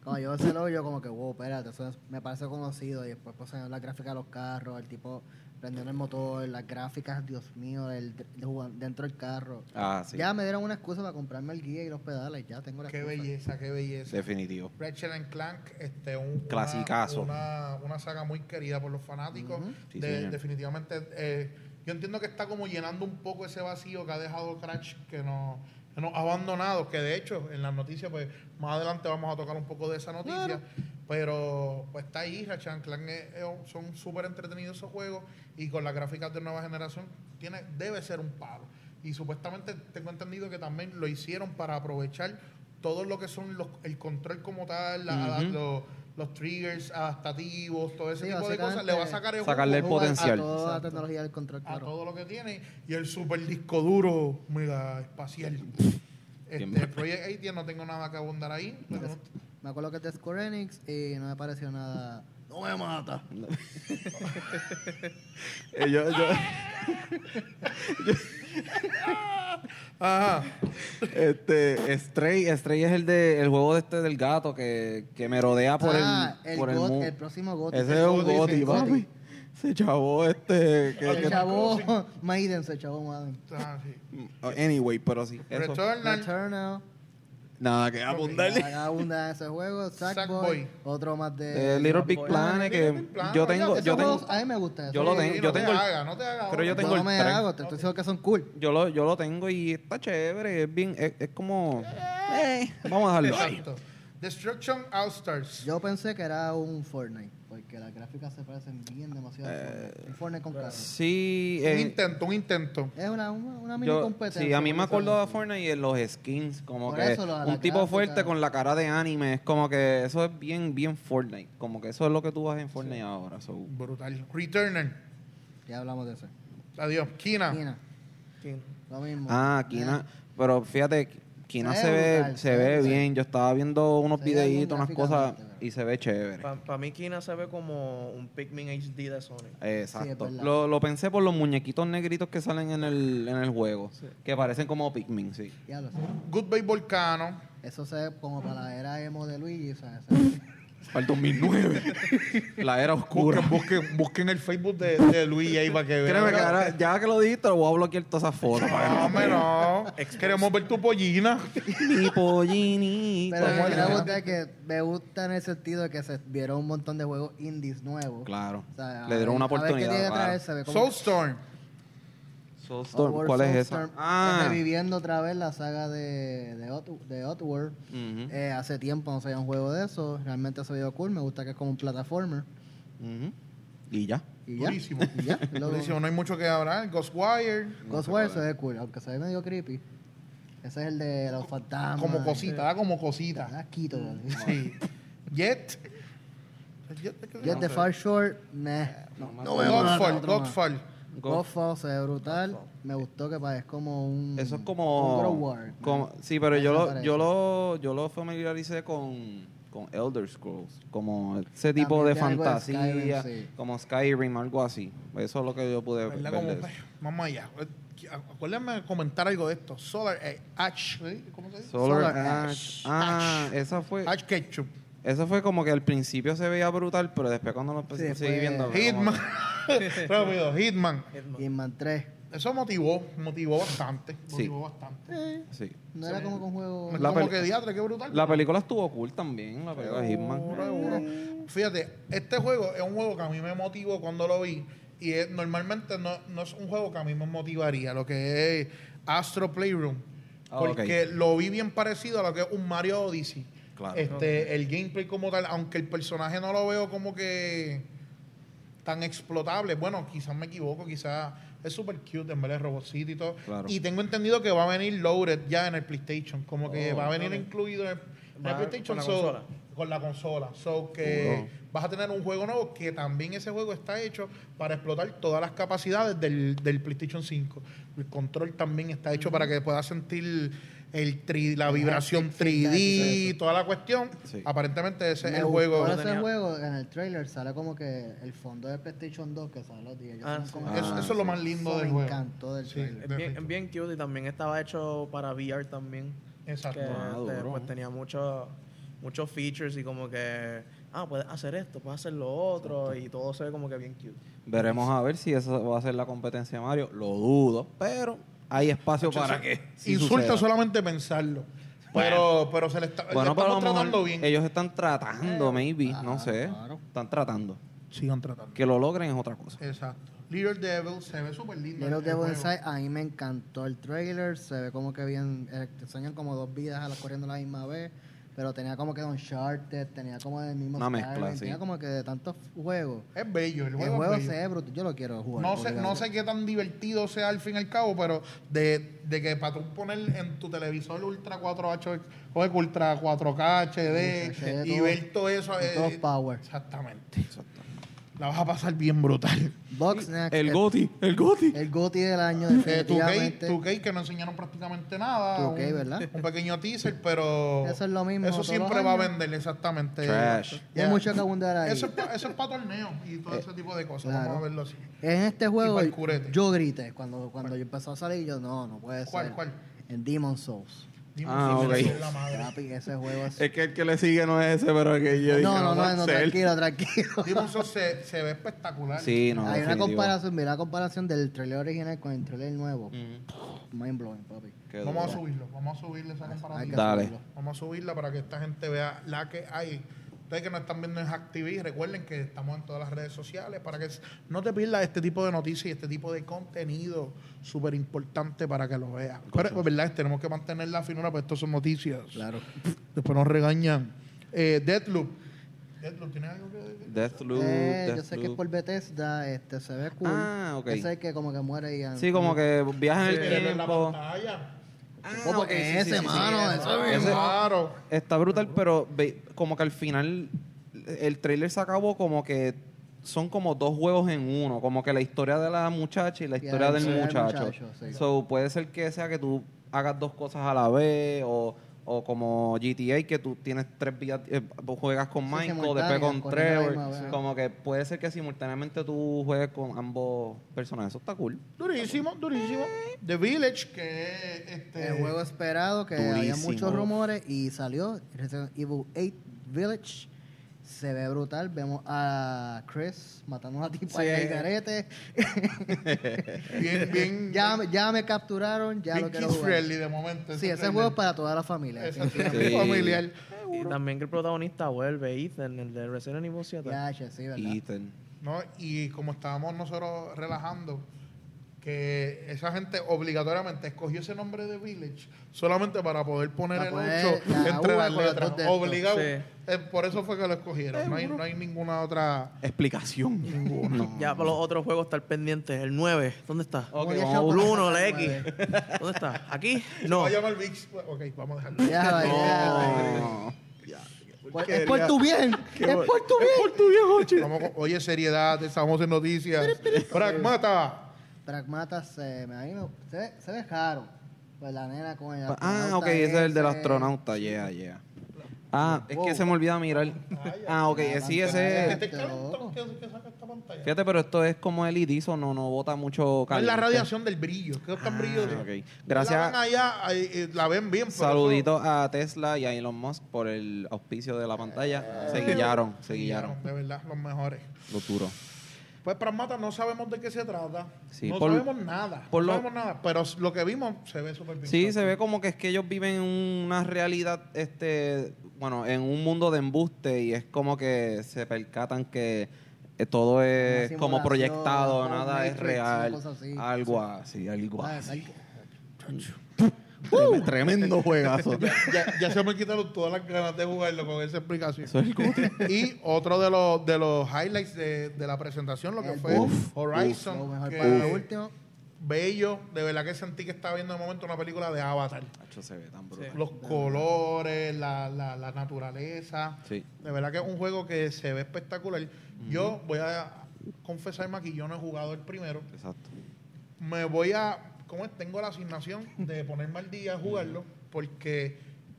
S3: Cuando yo ese logo, yo como que, wow, espérate, eso es- me parece conocido. Y después pues salió la gráfica de los carros, el tipo prendiendo el motor, las gráficas, Dios mío, el, el jugan- dentro del carro.
S2: Ah, sí.
S3: Ya me dieron una excusa para comprarme el guía y los pedales, ya tengo la
S1: Qué
S3: excusa.
S1: belleza, qué belleza.
S2: Definitivo.
S1: Ratchet and Clank, este, un, una-
S2: Clasicazo.
S1: Una, una saga muy querida por los fanáticos.
S3: Ujú.
S2: Sí,
S1: De-
S2: señor.
S1: definitivamente, eh, yo entiendo que está como llenando un poco ese vacío que ha dejado Crash, que nos que nos ha abandonado, que de hecho en las noticias, pues más adelante vamos a tocar un poco de esa noticia, pero pues está ahí, Ratchet and Clank es- es- son súper entretenidos esos juegos y con las gráficas de nueva generación tiene debe ser un palo. Y supuestamente tengo entendido que también lo hicieron para aprovechar todo lo que son los, el control como tal, la-
S2: Ujú.
S1: los, los triggers adaptativos, todo ese
S3: Sí,
S1: tipo de cosas, le va a sacar el
S2: Sacarle el
S1: jugo
S3: Jugar
S2: potencial.
S3: A toda la
S1: Exacto.
S3: tecnología del control,
S1: a
S3: claro.
S1: todo lo que tiene y el super disco duro mega
S2: (laughs)
S1: espacial.
S2: Bien.
S1: Este, Project 80 no tengo nada que abundar ahí. pero
S3: Me acuerdo que es de Square Enix y no me pareció nada No me mata.
S2: Eh, yo- yo-
S1: Ajá.
S2: (laughs) Este, Stray, Stray es el de el juego de este del gato que, que me rodea por
S3: Ah,
S2: el,
S3: el
S2: por
S3: GOT,
S2: mu-
S3: el próximo GOT.
S2: Ese
S3: El
S2: es un
S1: GOT,
S2: goti,
S1: el
S3: GOT.
S2: papi. Se chavó este. que-
S3: Se
S2: que-
S3: chavó (laughs) Maiden, se chavó Maiden.
S1: Ah, sí.
S2: anyway, pero sí. eso.
S1: Returnal.
S3: Returnal,
S2: Nada que apuntarle.
S3: Eh, Vagabunda de ese juego, Sackboy,
S1: Sackboy.
S3: otro más
S2: Eh,
S3: de... Ah,
S2: Little
S4: Boy.
S2: Big Planet
S1: Little
S2: que
S1: Big Planet,
S2: yo tengo,
S1: ya,
S2: yo
S3: Esos
S2: tengo,
S3: juegos a mí me gusta eso.
S2: yo lo
S1: Sí,
S2: tengo-
S1: no
S2: yo
S1: te
S2: tengo el-
S1: hagas, no te hagas
S2: pero yo
S1: ahora.
S2: tengo
S3: no
S2: el
S3: me
S2: tren.
S3: hago, te estoy diciendo que son cool.
S2: yo lo, yo lo tengo y está chévere, es bien, es, es como, eh, vamos a dejarlo ahí.
S1: Exacto. Destruction Outstars.
S3: Yo pensé que era un Fortnite, porque las gráficas se parecen bien demasiado a
S2: Eh,
S3: Fortnite. Un Fortnite con carros.
S2: Sí,
S1: Un
S2: eh,
S1: intento, un intento.
S3: Es una, una, una mini
S2: Yo,
S3: competencia.
S2: sí, a mí me acuerdo de
S3: Fortnite.
S2: Fortnite y de los skins, como
S3: Por
S2: que
S3: eso, lo- la
S2: un tipo
S3: gráfica.
S2: fuerte con la cara de anime, es como que eso es bien, bien Fortnite, como que eso es lo que tú vas en Fortnite ahora. so.
S1: Uh, Brutal. Returner.
S3: Ya hablamos de eso.
S1: Adiós. Kina.
S3: Kina, lo mismo.
S2: Ah, Kina, pero fíjate, Kina
S3: Se
S2: se
S3: ve
S2: ve,
S3: brutal,
S2: se
S3: se ve
S2: ve
S3: brutal.
S2: bien, yo estaba viendo unos
S3: Se ve bien
S2: videitos, unas cosas
S3: gráficamente, pero-
S2: y se ve chévere.
S4: Para mí Kina se ve como un Pikmin HD de Sonic.
S2: Exacto.
S3: verdad.
S2: lo, lo pensé por los muñequitos negritos que salen en el, en el juego,
S4: Sí.
S2: que parecen como Pikmin, sí.
S3: Ya lo sé.
S1: Goodbye Volcano.
S3: Eh, Eso se ve como para la era emo de Luigi, ¿sabes?
S2: (laughs)
S3: Se-
S2: Para el
S3: (laughs)
S2: 2009, la era oscura.
S1: Busquen, busquen, busquen el Facebook de, de Luis ahí para que vean.
S2: Créeme que ahora, ya que lo dijiste, lo voy a bloquear todas esas
S3: (laughs)
S2: fotos. para que
S1: No, hombre, no. Queremos ver tu pollina.
S2: Mi pollinito.
S3: Pero
S1: ¿Cómo
S3: me
S2: eh.
S1: era?
S3: gusta que me gusta en el sentido de que se vieron un montón de juegos indies nuevos.
S2: Claro.
S3: O sea, a
S2: Le dieron una
S3: ver- a ver qué
S2: oportunidad.
S3: tiene que
S2: claro.
S3: traer, se ve como-
S1: Soulstorm.
S2: Soulstorm,
S3: Outward
S2: ¿Cuál es esa?
S3: Soulstorm,
S2: Ah.
S3: Reviviendo otra vez la saga de, de, Out- de Outward.
S2: Ujú,
S3: Eh, hace tiempo no se veía un juego de eso. Realmente se vio cool. Me gusta que es como un platformer.
S2: ujú. Y ya.
S3: Y ya.
S1: Durísimo.
S3: Y ya. Luego-
S1: Durísimo, no hay mucho que hablar. Ghostwire.
S3: Ghostwire se ve cool, aunque se ve medio creepy. Ese es el de los fantasmas.
S1: Como cosita, Mm. da como cosita.
S3: Ah, quito, vale.
S1: Sí. Jet. Jet de qué?
S3: (laughs) Jet the Far Short, meh. No,
S2: no
S3: no
S2: me
S3: veo nada,
S1: Godfall.
S3: otro más.
S1: Godfall.
S3: Godfall se ve brutal. Me gustó que parezca como un.
S2: Eso es
S3: Un God
S2: como.
S3: of Mm. War.
S2: como- sí, pero
S3: Ahí
S2: yo
S3: me
S2: lo,
S3: parece.
S2: yo lo, yo lo familiaricé con, con Elder Scrolls. Como ese tipo
S3: También
S2: de
S3: tiene algo de
S2: fantasía.
S3: Skyrim, sí.
S2: Como Skyrim, algo así. Eso es lo que yo pude ver.
S1: ¿Verdad?
S2: de
S1: Como,
S2: eso.
S1: vamos allá. Eh, Acuérdenme de comentar algo de esto. Solar eh, Ash. ¿eh? ¿Cómo se dice?
S2: Solar
S3: Solar
S2: Ash.
S3: Ash.
S2: Ah, esa fue.
S1: Ash Ketchup.
S2: Eso fue como que al principio se veía brutal, pero después cuando lo empecé
S3: Sí,
S2: a
S3: después-
S2: seguir viendo. fue como
S1: Hitman. (laughs) Rápido, Hitman.
S4: Hitman.
S3: Hitman 3.
S1: Eso motivó, motivó bastante.
S2: Sí.
S1: Motivó bastante.
S2: que- sí.
S3: No era como con juego.
S1: Es
S2: La
S1: como
S2: peli-
S1: que diatre, qué brutal.
S2: La película estuvo cool también, la película de
S3: Oh.
S1: Seguro,
S2: Hitman.
S1: seguro. Fíjate, este juego es un juego que a mí me motivó cuando lo vi. Y es- normalmente no, no es un juego que a mí me motivaría, lo que es Astro Playroom.
S2: Ah, ok.
S1: porque lo vi bien parecido a lo que es un Mario Odyssey.
S2: Claro.
S1: Este, El gameplay como tal, aunque el personaje no lo veo como que tan explotable. Bueno, quizás me equivoco, quizás es super cute, en verdad, es robotcito y todo.
S2: Claro.
S1: Y tengo entendido que va a venir loaded ya en el PlayStation, como que
S4: Oh,
S1: va a venir
S4: ok.
S1: incluido en el, en el
S4: Va
S1: PlayStation.
S4: con la
S1: so-
S4: consola.
S1: con la consola. So que vas a tener un juego nuevo que también ese juego está hecho para explotar todas las capacidades del, del PlayStation 5. El control también está hecho para que puedas sentir el tri- la vibración
S3: haptic feedback y todo
S1: 3D,
S3: eso.
S1: toda la cuestión.
S2: Sí.
S1: Aparentemente ese es
S3: Me
S1: el
S3: gustó
S1: juego.
S3: ese
S4: Tenía-
S3: juego en el trailer sale como que el fondo de PlayStation 2 que salen los días.
S4: Ah,
S3: son
S4: sí.
S3: como-
S2: Ah,
S1: eso, eso es lo más
S3: Eso
S1: lindo del
S3: me
S1: juego.
S3: encantó del
S1: Sí.
S3: trailer.
S4: Es bien,
S1: Perfecto.
S4: es bien cute y también estaba hecho para VR también.
S1: Exacto.
S4: Que
S2: Ah,
S4: este,
S2: duro.
S4: pues tenía muchos muchos features y como que, ah, puedes hacer esto, puedes hacer lo otro y todo se ve como que bien cute.
S2: Veremos a ver si eso va a ser la competencia de Mario. Lo dudo, pero hay espacio para que. sí
S1: Insulta
S2: suceda.
S1: solamente pensarlo. Pero, pero se le está, le
S2: Bueno, pero a
S1: estamos
S2: lo
S1: tratando
S2: mejor
S1: bien.
S2: ellos están tratando, maybe, no
S3: Ah, claro,
S2: sé.
S3: claro.
S2: Están tratando.
S1: Sigan tratando.
S2: Que lo logren es otra cosa.
S1: Exacto. Little Devil se ve súper lindo.
S3: Little
S1: el
S3: Devil
S1: juego.
S3: Inside, a mí me encantó el trailer, se ve como que bien, eh, te enseñan como dos vidas a las corriendo a la misma vez, pero tenía como que Uncharted, tenía como el mismo
S2: Una
S3: Skyrim,
S2: mezcla, sí.
S3: tenía como que de tantos juegos.
S1: Es bello, el
S3: El
S1: juego,
S3: juego,
S1: es bello.
S3: se ve brutal, yo lo quiero jugar.
S1: No sé,
S3: obligado.
S1: no sé qué tan divertido sea al fin y al cabo, pero de, de que para tú poner en tu televisor Ultra 4H o Ultra 4K HD
S3: Ultra HD,
S1: y
S3: todo-
S1: ver todo eso.
S3: con
S1: eh,
S3: todo power.
S1: Exactamente. la vas a pasar bien
S3: (laughs)
S1: brutal.
S3: Boxnack.
S2: El Goti, el Goti.
S3: El Goti
S1: (laughs)
S3: del año,
S1: Eh, tu gay,
S3: definitivamente.
S1: tu gay, que no enseñaron prácticamente nada.
S3: 2K,
S1: un-
S3: ¿verdad?
S1: Un pequeño teaser, pero.
S3: Eso es lo mismo
S1: Eso
S3: todos
S1: siempre
S3: los
S1: va a
S3: años.
S1: vender, exactamente.
S2: Trash.
S1: Ya.
S3: Hay mucho que abundar ahí.
S1: Eso es, pa- eso es para torneos y todo ese tipo de cosas.
S3: Eh, claro.
S1: Vamos a verlo así.
S3: En este
S1: Y
S3: juego
S1: pa'l curete.
S3: yo grité. Cuando, cuando yo empezó a salir, yo no, no puede
S1: ¿Cuál,
S3: ser.
S1: cuál?
S3: En Demon Souls.
S1: Dime
S2: Ah,
S1: si me
S2: ok.
S1: le sube la madre.
S3: Papi, ese juego es...
S2: (laughs) Es que el que le sigue no es ese, pero el que yo dije,
S3: No, no,
S2: va
S3: no,
S2: a
S3: no,
S2: ser. (laughs)
S3: tranquilo, tranquilo.
S1: Demon Souls se, se ve espectacular.
S2: Sí, no,
S3: Hay una
S2: definitivo.
S3: comparación, mira la comparación del trailer original con el trailer nuevo.
S2: Ujú.
S3: Mind blowing, papi.
S2: Qué
S1: Vamos a
S2: duro.
S1: subirlo, vamos a subirle esa
S3: Hay que
S1: comparativa.
S2: Dale.
S3: hacerlo.
S1: Vamos a subirla para que esta gente vea la que hay. Ustedes que nos están viendo en HackTV, recuerden que estamos en todas las redes sociales para que s- no te pierdas este tipo de noticias y este tipo de contenido súper importante para que lo veas. Pero, pues, verdad, tenemos que mantener la finura, pues esto son noticias.
S3: Claro.
S1: Después nos regañan. Eh, Deathloop. Deathloop, ¿tienes algo que decir?
S2: Deathloop,
S3: Eh, yo sé que es
S2: Deathloop.
S3: por Bethesda, este, se ve cool.
S2: Ah, ok.
S3: Ese es el que como que muere y...
S2: Sí, como que viaja en
S1: Sí,
S2: el
S1: en la
S2: tiempo.
S1: pantalla.
S2: Ah,
S3: Como
S2: ok,
S3: que
S2: sí, sí,
S3: Oh, ese,
S2: sí, sí.
S3: mano, eso
S2: es-
S1: Claro.
S2: Está brutal, pero ve- como que al final el trailer se acabó como que son como dos juegos en uno, como que la historia de la muchacha y la
S3: Y la
S2: historia del
S3: historia del
S2: muchacho.
S3: muchacho, sí.
S2: So, puede ser que sea que tú hagas dos cosas a la vez o, o como GTA que tú tienes tres vías, eh, vos juegas con
S3: Sí,
S2: Michael,
S3: simultánea,
S2: después con
S3: con ella
S2: Trevor,
S3: misma, ¿verdad?
S2: como que puede ser que simultáneamente tú juegues con ambos personajes. Eso está cool.
S1: Durísimo, durísimo. The Village, que es este.
S3: El juego esperado, que había
S2: Durísimo.
S3: muchos rumores y salió. Resident Evil 8 Village. Se ve brutal. Vemos a Chris matando a una tipa
S4: Sí.
S3: ahí al garete.
S1: Bien, bien.
S3: (laughs) ya, ya me capturaron, ya
S1: bien
S3: lo quiero
S1: kids
S3: jugar.
S1: friendly de momento.
S3: Sí, ese
S1: trailer.
S3: juego es para toda la familia.
S1: Ese trailer
S2: Sí.
S1: familiar.
S4: Y también que el protagonista vuelve, Ethan, el de Resident Evil 7.
S3: Ya, che, sí, ¿verdad?
S2: Ethan.
S1: ¿no? Y como estábamos nosotros relajando, que esa gente obligatoriamente escogió ese nombre de Village solamente para poder poner
S3: Para
S1: el
S3: poner
S1: 8
S3: la
S1: entre
S3: uva
S1: las
S3: con los
S1: letras.
S3: dos de estos.
S1: Obligado.
S4: Sí.
S1: Eh, por eso fue que lo escogieron. No hay, no hay ninguna otra.
S3: (laughs)
S2: Explicación. No.
S4: Ya para los otros juegos estar pendientes. El 9, ¿dónde está?
S2: Ok,
S3: Oye,
S2: vamos a
S3: chao,
S4: El
S2: buscar.
S4: 1, la X.
S3: nueve.
S4: ¿Dónde está? ¿Aquí? No.
S1: Va a llamar Vix. Ok, vamos a dejarlo.
S3: Ya, va, ya, va.
S2: No.
S3: Pues, Es por tu (laughs) bien. Es por tu bien. (laughs)
S1: Vamos con- oye, seriedad, estamos en noticias. Pragmata.
S3: Pragmata se me imagino. Se ve, se ve caro. Pues la nena con el
S2: Ah,
S3: astronauta
S2: ok, ese es el del
S3: ese.
S2: astronauta, yeah, yeah. Ah, es que
S3: Wow.
S2: se me olvida mirar. Ah, ok, eh, sí, ese
S1: Que
S2: es.
S1: te
S3: Este
S1: encanta
S3: loco.
S1: que- que saca esta pantalla.
S2: Fíjate, pero esto es como el idiso, no, no bota mucho
S1: No Es
S2: calor.
S1: la radiación del brillo. Que es tan brilloso.
S2: Ah, ok.
S1: La ven
S2: Gracias.
S1: allá, eh, eh, la ven bien. pero eso-
S2: Saluditos a Tesla y a Elon Musk por el auspicio de la pantalla. Se guillaron, se guillaron.
S1: De verdad, los mejores.
S2: Lo duro.
S1: Pues Pragmata no sabemos de qué se trata.
S2: Sí,
S1: no
S2: por-
S1: sabemos nada.
S2: por
S1: no
S2: lo-
S1: sabemos nada. Pero lo que vimos se ve súper bien.
S2: Sí, se ve como que es que ellos viven en una realidad, este, bueno, en un mundo de embuste y es como que se percatan que eh, todo es
S3: Una
S2: como
S3: simulación,
S2: proyectado,
S3: como
S2: nada es
S3: Matrix, una
S2: real,
S3: cosa así.
S2: algo así, algo
S3: Ah,
S2: así. Uh.
S3: hay-
S2: Trem- Tremendo (laughs) juegazo.
S1: Ya, ya se me quitaron todas las ganas de jugarlo con esa explicación.
S2: (laughs)
S1: y otro de los, de los highlights de, de la presentación, lo que
S3: El
S1: fue
S2: uf,
S3: Lo
S1: Horizon.
S3: mejor
S1: que-
S3: para lo último.
S1: bello. De verdad que sentí que estaba viendo de momento una película de Avatar.
S2: Hacho, se ve tan brutal.
S1: Los colores, la, la, la naturaleza.
S2: Sí.
S1: De verdad que es un juego que se ve espectacular. Yo voy a confesarme aquí, yo no he jugado el primero.
S2: Exacto.
S1: Me voy a... ¿Cómo es? Tengo la asignación
S2: (laughs)
S1: de ponerme al día a jugarlo porque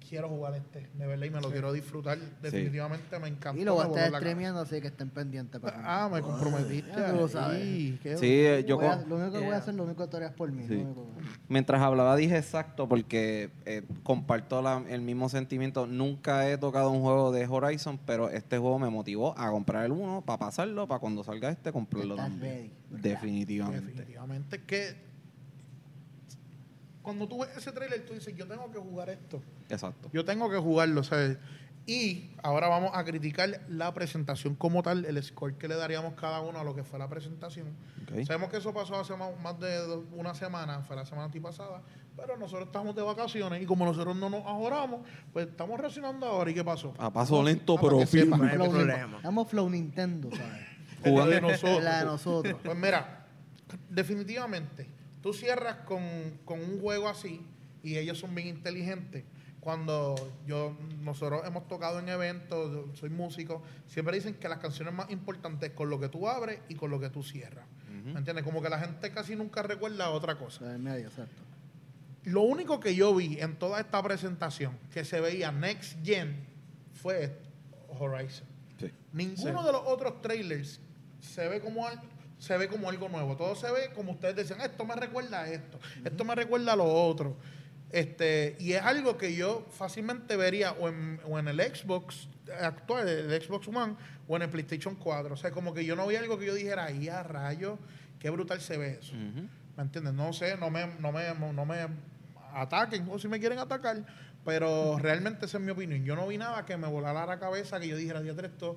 S1: quiero jugar este, de verdad, y me lo quiero disfrutar. Definitivamente me encanta.
S3: Y lo voy a estar streameando, así que estén pendientes. Para
S1: Ah, me comprometiste.
S3: Ya tú lo
S1: ahí.
S3: sabes.
S1: Qué
S2: Sí, eh, yo
S3: Voy a-
S2: con-
S3: lo único que voy a
S4: Yeah.
S3: hacer, lo único que tú harías por mí.
S2: Sí.
S3: lo único que-
S2: Mientras hablaba dije exacto porque eh, comparto la- el mismo sentimiento. Nunca he tocado un juego de Horizon, pero este juego me motivó a comprar el uno para pasarlo, para cuando salga este comprarlo
S3: Estás
S2: también.
S3: ready, ¿verdad?
S2: Definitivamente.
S1: Definitivamente que cuando tú ves ese trailer tú dices, yo tengo que jugar esto.
S2: Exacto.
S1: Yo tengo que jugarlo, ¿sabes? Y ahora vamos a criticar la presentación como tal, el score que le daríamos cada uno a lo que fue la presentación.
S2: Ok.
S1: Sabemos que eso pasó hace más, más de do- una semana, fue la semana antipasada, pero nosotros estamos de vacaciones y como nosotros no nos ahorramos, pues estamos reaccionando ahora. ¿Y qué pasó?
S2: A paso lento,
S1: Ah, para
S2: pero
S1: que sepa.
S2: firme.
S4: hay
S3: Flow
S4: problema.
S3: Nintendo. Estamos Flow Nintendo, ¿sabes?
S1: Es la de
S3: La de
S1: nosotros.
S3: nosotros.
S1: Pues mira, definitivamente, tú cierras con, con un juego así y ellos son bien inteligentes. cuando yo nosotros hemos tocado en eventos, yo soy músico, siempre dicen que las canciones más importantes es con lo que tú abres y con lo que tú cierras. ¿Me entiendes? Como que la gente casi nunca recuerda otra cosa.
S3: Lo del medio, exacto.
S1: Lo único que yo vi en toda esta presentación que se veía Next Gen fue Horizon.
S2: Sí.
S1: Ninguno de los otros trailers se ve como al- se ve como algo nuevo. Todo se ve como ustedes decían, "Ah, esto me recuerda a esto, esto me recuerda a lo otro. Este, y es algo que yo fácilmente vería o en, o en el Xbox actual, el Xbox One, o en el PlayStation 4. O sea, como que yo no vi algo que yo dijera, ahí a rayo, qué brutal se ve eso.
S2: Ujú.
S1: ¿Me entiendes? No sé, no me, no me, no me ataquen o si me quieren atacar, pero realmente esa es mi opinión. Yo no vi nada que me volara la cabeza, que yo dijera, diatre esto,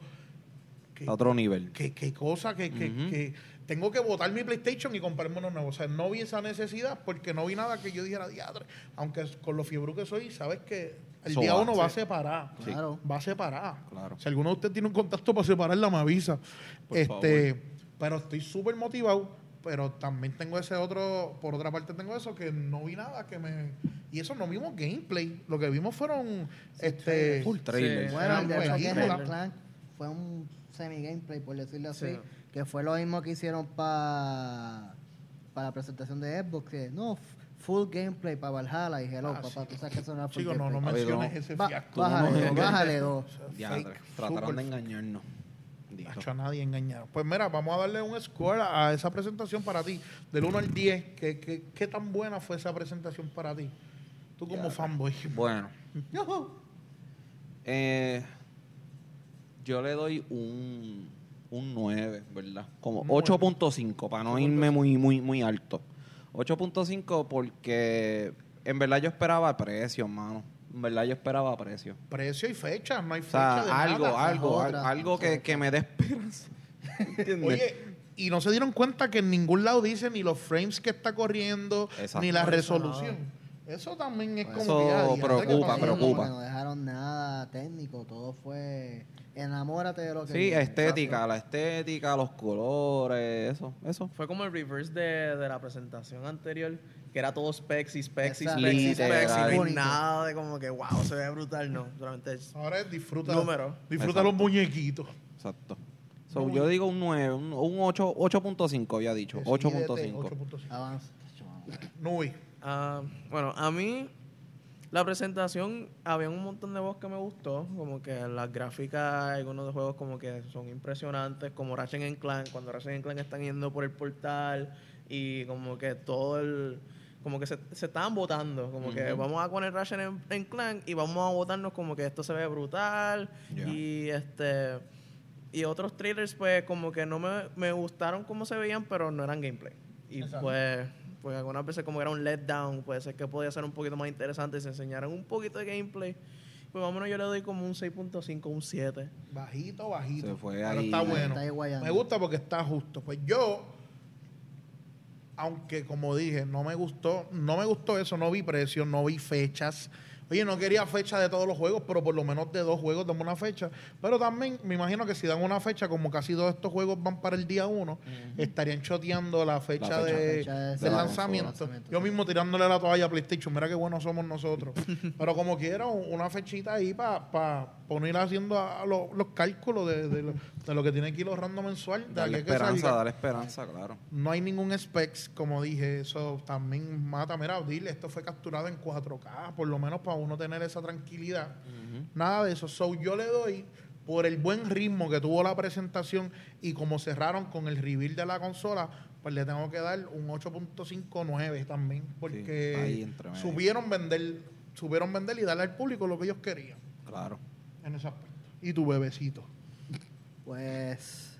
S1: que,
S2: A otro nivel.
S1: que, que cosa, que, que,
S2: Ujú.
S1: que tengo que botar mi PlayStation y comprarme uno nuevo. O sea, no vi esa necesidad porque no vi nada que yo dijera, diatre, aunque es- con lo fiebre que soy, sabes que el
S2: Eso
S1: día
S2: va,
S1: uno va a
S2: sí.
S1: separar.
S2: Sí.
S3: Claro.
S1: Va a separar.
S2: Claro.
S1: Si alguno de ustedes tiene un contacto para separarla, me avisa.
S2: Por
S1: este, pero estoy súper motivado, pero también tengo ese otro, por otra parte tengo eso que no vi nada que me y eso no vimos gameplay, lo que vimos fueron este
S2: Full trailer.
S4: Sí.
S3: Bueno, el
S1: Eran
S3: de Ratchet
S1: buenísimas.
S3: and Clank fue un semi-gameplay, por decirlo así,
S4: Sí.
S3: que fue lo mismo que hicieron para la presentación de Xbox, que no, f- full gameplay para Valhalla y hello,
S1: Ah,
S3: papá,
S1: sí.
S3: tú sabes que eso no era full
S1: Chicos, no, no
S3: gameplay.
S2: Oye,
S1: menciones
S2: no.
S1: ese
S3: Ba-
S1: fiasco.
S3: bájale
S2: no,
S3: dos,
S2: no.
S3: bájale dos.
S2: Diantre,
S1: Fake,
S2: trataron de
S1: súper
S2: engañarnos. Dijo.
S1: Nacho, a nadie engañaron. Pues mira, vamos a darle un score a a esa presentación para ti, del 1 al 10. ¿Qué, qué, qué tan buena fue esa presentación para ti? Tú como
S2: Ya.
S1: fanboy.
S2: Bueno,
S1: Yujú.
S2: eh, yo le doy un, un 9, ¿verdad? Como
S1: Un
S2: 8.5, para no irme muy, muy, muy alto. 8.5 porque en verdad yo esperaba precio, mano. En verdad yo esperaba precio.
S1: Precio y fecha, no hay
S2: O
S1: fecha
S2: sea,
S1: de
S2: algo,
S1: nada.
S2: algo, al-
S3: otra.
S2: algo que, que me dé esperanza. (laughs) ¿Entiendes?
S1: Oye, y no se dieron cuenta que en ningún lado dice ni los frames que está corriendo,
S2: Exacto.
S1: ni la
S3: No, eso
S1: resolución. Eso también es
S3: Pues
S1: como
S2: eso
S1: que ya, diantre, ¿qué
S2: preocupa,
S1: pasó?
S3: Sí, como
S2: preocupa.
S3: que no dejaron nada técnico, todo fue enamórate de lo que
S2: sí,
S3: viene.
S2: estética, la estética, los colores, eso, eso.
S4: Fue como el reverse de, de la presentación anterior, que era todo specs y specs y
S3: Exacto.
S4: specs y
S2: Literal.
S4: specs y no hay
S3: Bonito.
S4: nada de como que wow, se ve brutal, no. Solamente es-
S1: Ahora es disfruta,
S4: Número.
S1: disfruta los muñequitos.
S2: Exacto. So, yo digo un 9, un, un 8, 8.5 había dicho,
S1: Decidete,
S2: 8.5.
S1: 8.5.
S3: Avanza, tacho, mano.
S1: Nui,
S4: Ah, bueno, a mí la presentación, había un montón de voz que me gustó, como que las gráficas, algunos de juegos como que son impresionantes, como Ratchet Clan, cuando Ratchet Clan están yendo por el portal y como que todo el... Como que se, se estaban votando, como que
S2: Ujú.
S4: vamos a poner Ratchet en, Clan y vamos a votarnos como que esto se ve brutal
S2: Ya.
S4: y este... Y otros trailers pues como que no me, me gustaron cómo se veían, pero no eran gameplay. Y
S1: Exacto.
S4: pues, pues algunas veces como era un letdown, puede ser que podía ser un poquito más interesante si enseñaran un poquito de gameplay. Pues vámonos, yo le doy como un 6.5, un 7.
S1: bajito, bajito.
S2: Se fue
S1: Pero
S2: ahí.
S1: está bueno.
S3: Está ahí guayando.
S1: me gusta porque está justo. Pues yo, aunque como dije, no me gustó, no me gustó eso, no vi precios, no vi fechas. Oye, no quería fecha de todos los juegos, pero por lo menos de dos juegos dame una fecha. Pero también me imagino que si dan una fecha, como casi todos estos juegos van para el día uno, estarían choteando la fecha,
S2: fecha.
S1: de,
S2: La
S3: fecha de-
S1: del
S2: de la
S1: lanzamiento.
S3: consola. Lanzamiento,
S1: Yo
S3: sí.
S1: mismo tirándole la toalla a PlayStation, mira qué buenos somos nosotros. pero como quiera, un- una fechita ahí para poner haciendo a- a lo- los cálculos de, de lo, de lo que tiene que ir ahorrando mensual. de aquí
S2: Darle
S1: a que
S2: esperanza,
S1: salga.
S2: darle esperanza, claro.
S1: No hay ningún specs, como dije, eso también mata. Mira, dile, esto fue capturado en 4K, por lo menos para uno tener esa tranquilidad. Nada de eso. So, yo le doy por el buen ritmo que tuvo la presentación y como cerraron con el reveal de la consola, pues le tengo que dar un 8.59 también,
S2: Sí, ahí
S1: porque
S2: entre medio.
S1: supieron vender, supieron vender y darle al público lo que ellos querían
S2: Claro.
S1: en ese aspecto. Y tu bebecito.
S3: Pues,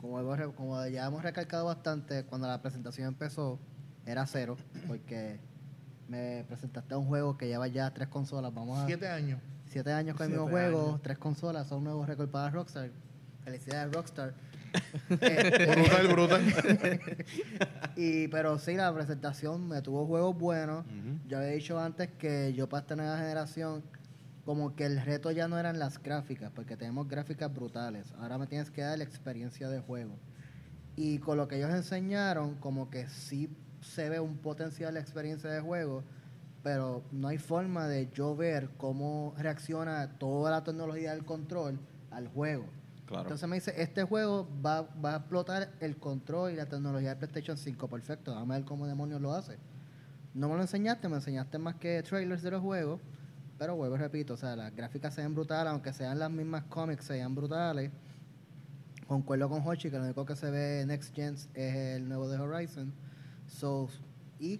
S3: como, hemos re- como ya hemos recalcado bastante, cuando la presentación empezó, era cero, porque me presentaste a un juego que lleva ya tres consolas. Vamos a
S1: Siete años.
S3: siete años con el
S4: Siete
S3: mismo juego,
S4: años.
S3: tres consolas, son nuevos récords para Rockstar. Felicidades, Rockstar.
S1: (laughs)
S3: Eh,
S1: Brutal, brutal.
S3: y Pero sí, la presentación me tuvo juegos buenos.
S2: Ujú.
S3: Yo había dicho antes que yo para esta nueva generación, como que el reto ya no eran las gráficas, porque tenemos gráficas brutales. Ahora me tienes que dar la experiencia de juego. Y con lo que ellos enseñaron, como que sí se ve un potencial de experiencia de juego, pero no hay forma de yo ver cómo reacciona toda la tecnología del control al juego.
S2: Claro.
S3: Entonces me dice, este juego va, va a explotar el control y la tecnología de PlayStation 5. Perfecto, vamos a ver cómo demonios lo hace. No me lo enseñaste, me enseñaste más que trailers de los juegos, pero vuelvo y repito, o sea, las gráficas sean brutales, aunque sean las mismas cómics, sean brutales. Concuerdo con Hochi que lo único que se ve en Next Gen es el nuevo de Horizon. So, y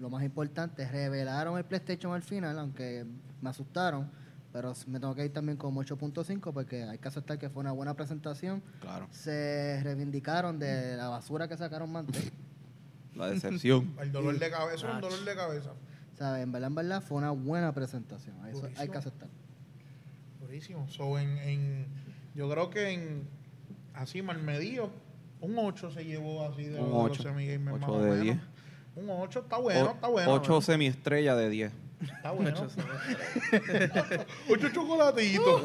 S3: lo más importante, revelaron el PlayStation al final, aunque me asustaron, pero me tengo que ir también con 8.5 porque hay que aceptar que fue una buena presentación.
S2: Claro.
S3: Se reivindicaron
S1: Mm.
S3: de la basura que sacaron
S1: (laughs)
S3: Mante.
S2: La decepción.
S1: (laughs) El dolor de cabeza, eso era un dolor de cabeza.
S3: ¿Sabes? En verdad, en verdad, fue una buena presentación. Eso hay que aceptar.
S1: Durísimo. So, en, en- yo creo que en así mal medido, un 8 se llevó así de
S2: Un
S1: los
S2: ocho.
S1: semigamers,
S2: Ocho
S1: más o
S2: de
S1: menos.
S2: diez.
S1: Un 8 está (laughs) bueno, está bueno.
S2: 8
S1: ¿verdad?
S2: semiestrella de 10.
S1: Está bueno. Ocho chocolatitos.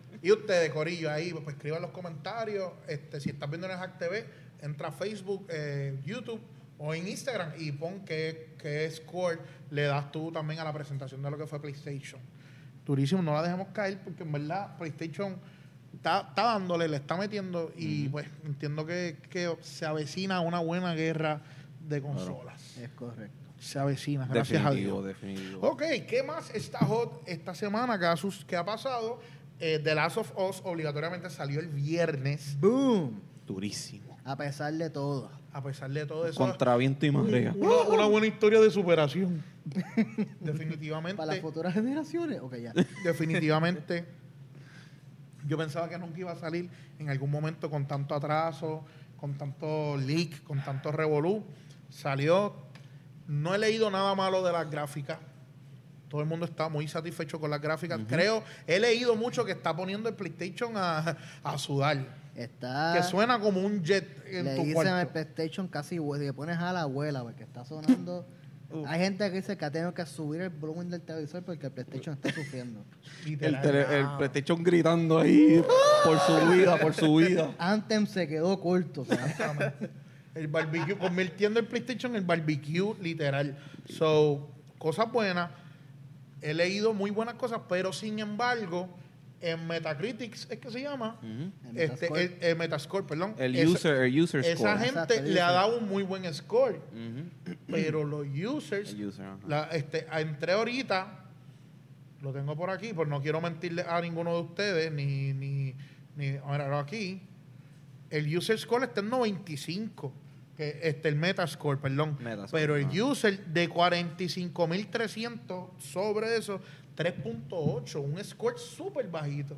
S1: (laughs) y ustedes, Corillo, ahí, pues escriban los comentarios. Este, si estás viendo en el Hack TV, entra a Facebook, eh, YouTube o en Instagram y pon qué, qué score le das tú también a la presentación de lo que fue PlayStation. Durísimo, no la dejemos caer porque en verdad PlayStation está, está dándole, le está metiendo y pues entiendo que, que se avecina una buena guerra de consolas.
S3: Es correcto.
S1: Se avecina, gracias a Dios.
S2: Definitivo, definitivo.
S1: Ok, ¿qué más está hot esta semana? ¿Qué ha, sus- qué ha pasado? Eh, The Last of Us obligatoriamente salió el viernes,
S3: ¡Boom!
S2: Durísimo.
S3: A pesar de todo.
S1: a pesar de todo eso.
S2: Contra viento y marea.
S1: Una, una buena historia de superación. definitivamente.
S3: Para las futuras generaciones. Ok,
S1: (laughs)
S3: ya.
S1: definitivamente. Yo pensaba que nunca iba a salir en algún momento con tanto atraso, con tanto leak, con tanto revolú. Salió. No he leído nada malo de las gráficas. Todo el mundo está muy satisfecho con las gráficas. Creo, he leído mucho que está poniendo el PlayStation a, a sudar.
S3: Está.
S1: que suena como un jet en
S3: Ah. le
S1: tu
S3: dicen al
S1: cuarto.
S3: PlayStation casi, güey, le pones a la abuela porque
S1: (laughs)
S3: está sonando. Hay gente que dice que ha tenido que subir el volumen del televisor porque el PlayStation
S1: (laughs)
S3: está sufriendo.
S2: El,
S1: Literal.
S2: tele-
S3: Ah,
S2: el PlayStation gritando ahí por su vida, por su vida.
S3: Anthem se quedó corto.
S1: (laughs)
S3: ¿sabes?
S1: Exactamente. El barbecue, convirtiendo el PlayStation en el barbecue, literal. So, cosas buenas. He leído muy buenas cosas, pero sin embargo, en Metacritics, es que se llama,
S2: Ujú.
S3: En
S1: este,
S3: Mm. Metascore.
S1: el, el Metascore, perdón.
S2: El
S1: Esa-
S2: user, el user
S1: Esa
S2: score.
S1: gente
S3: Exacto, el
S1: le ha
S3: user.
S1: dado un muy buen score,
S2: Ujú.
S1: pero
S2: (clears throat)
S1: los users,
S2: El user, ajá.
S1: la, este, entré ahorita, lo tengo por aquí, pues no quiero mentirle a ninguno de ustedes, ni, ni, ni ahora aquí. El user score está en 95, que este, el metascore, perdón.
S2: Metascore,
S1: pero el
S2: ajá.
S1: user de 45.300 sobre eso, 3.8, un score súper bajito.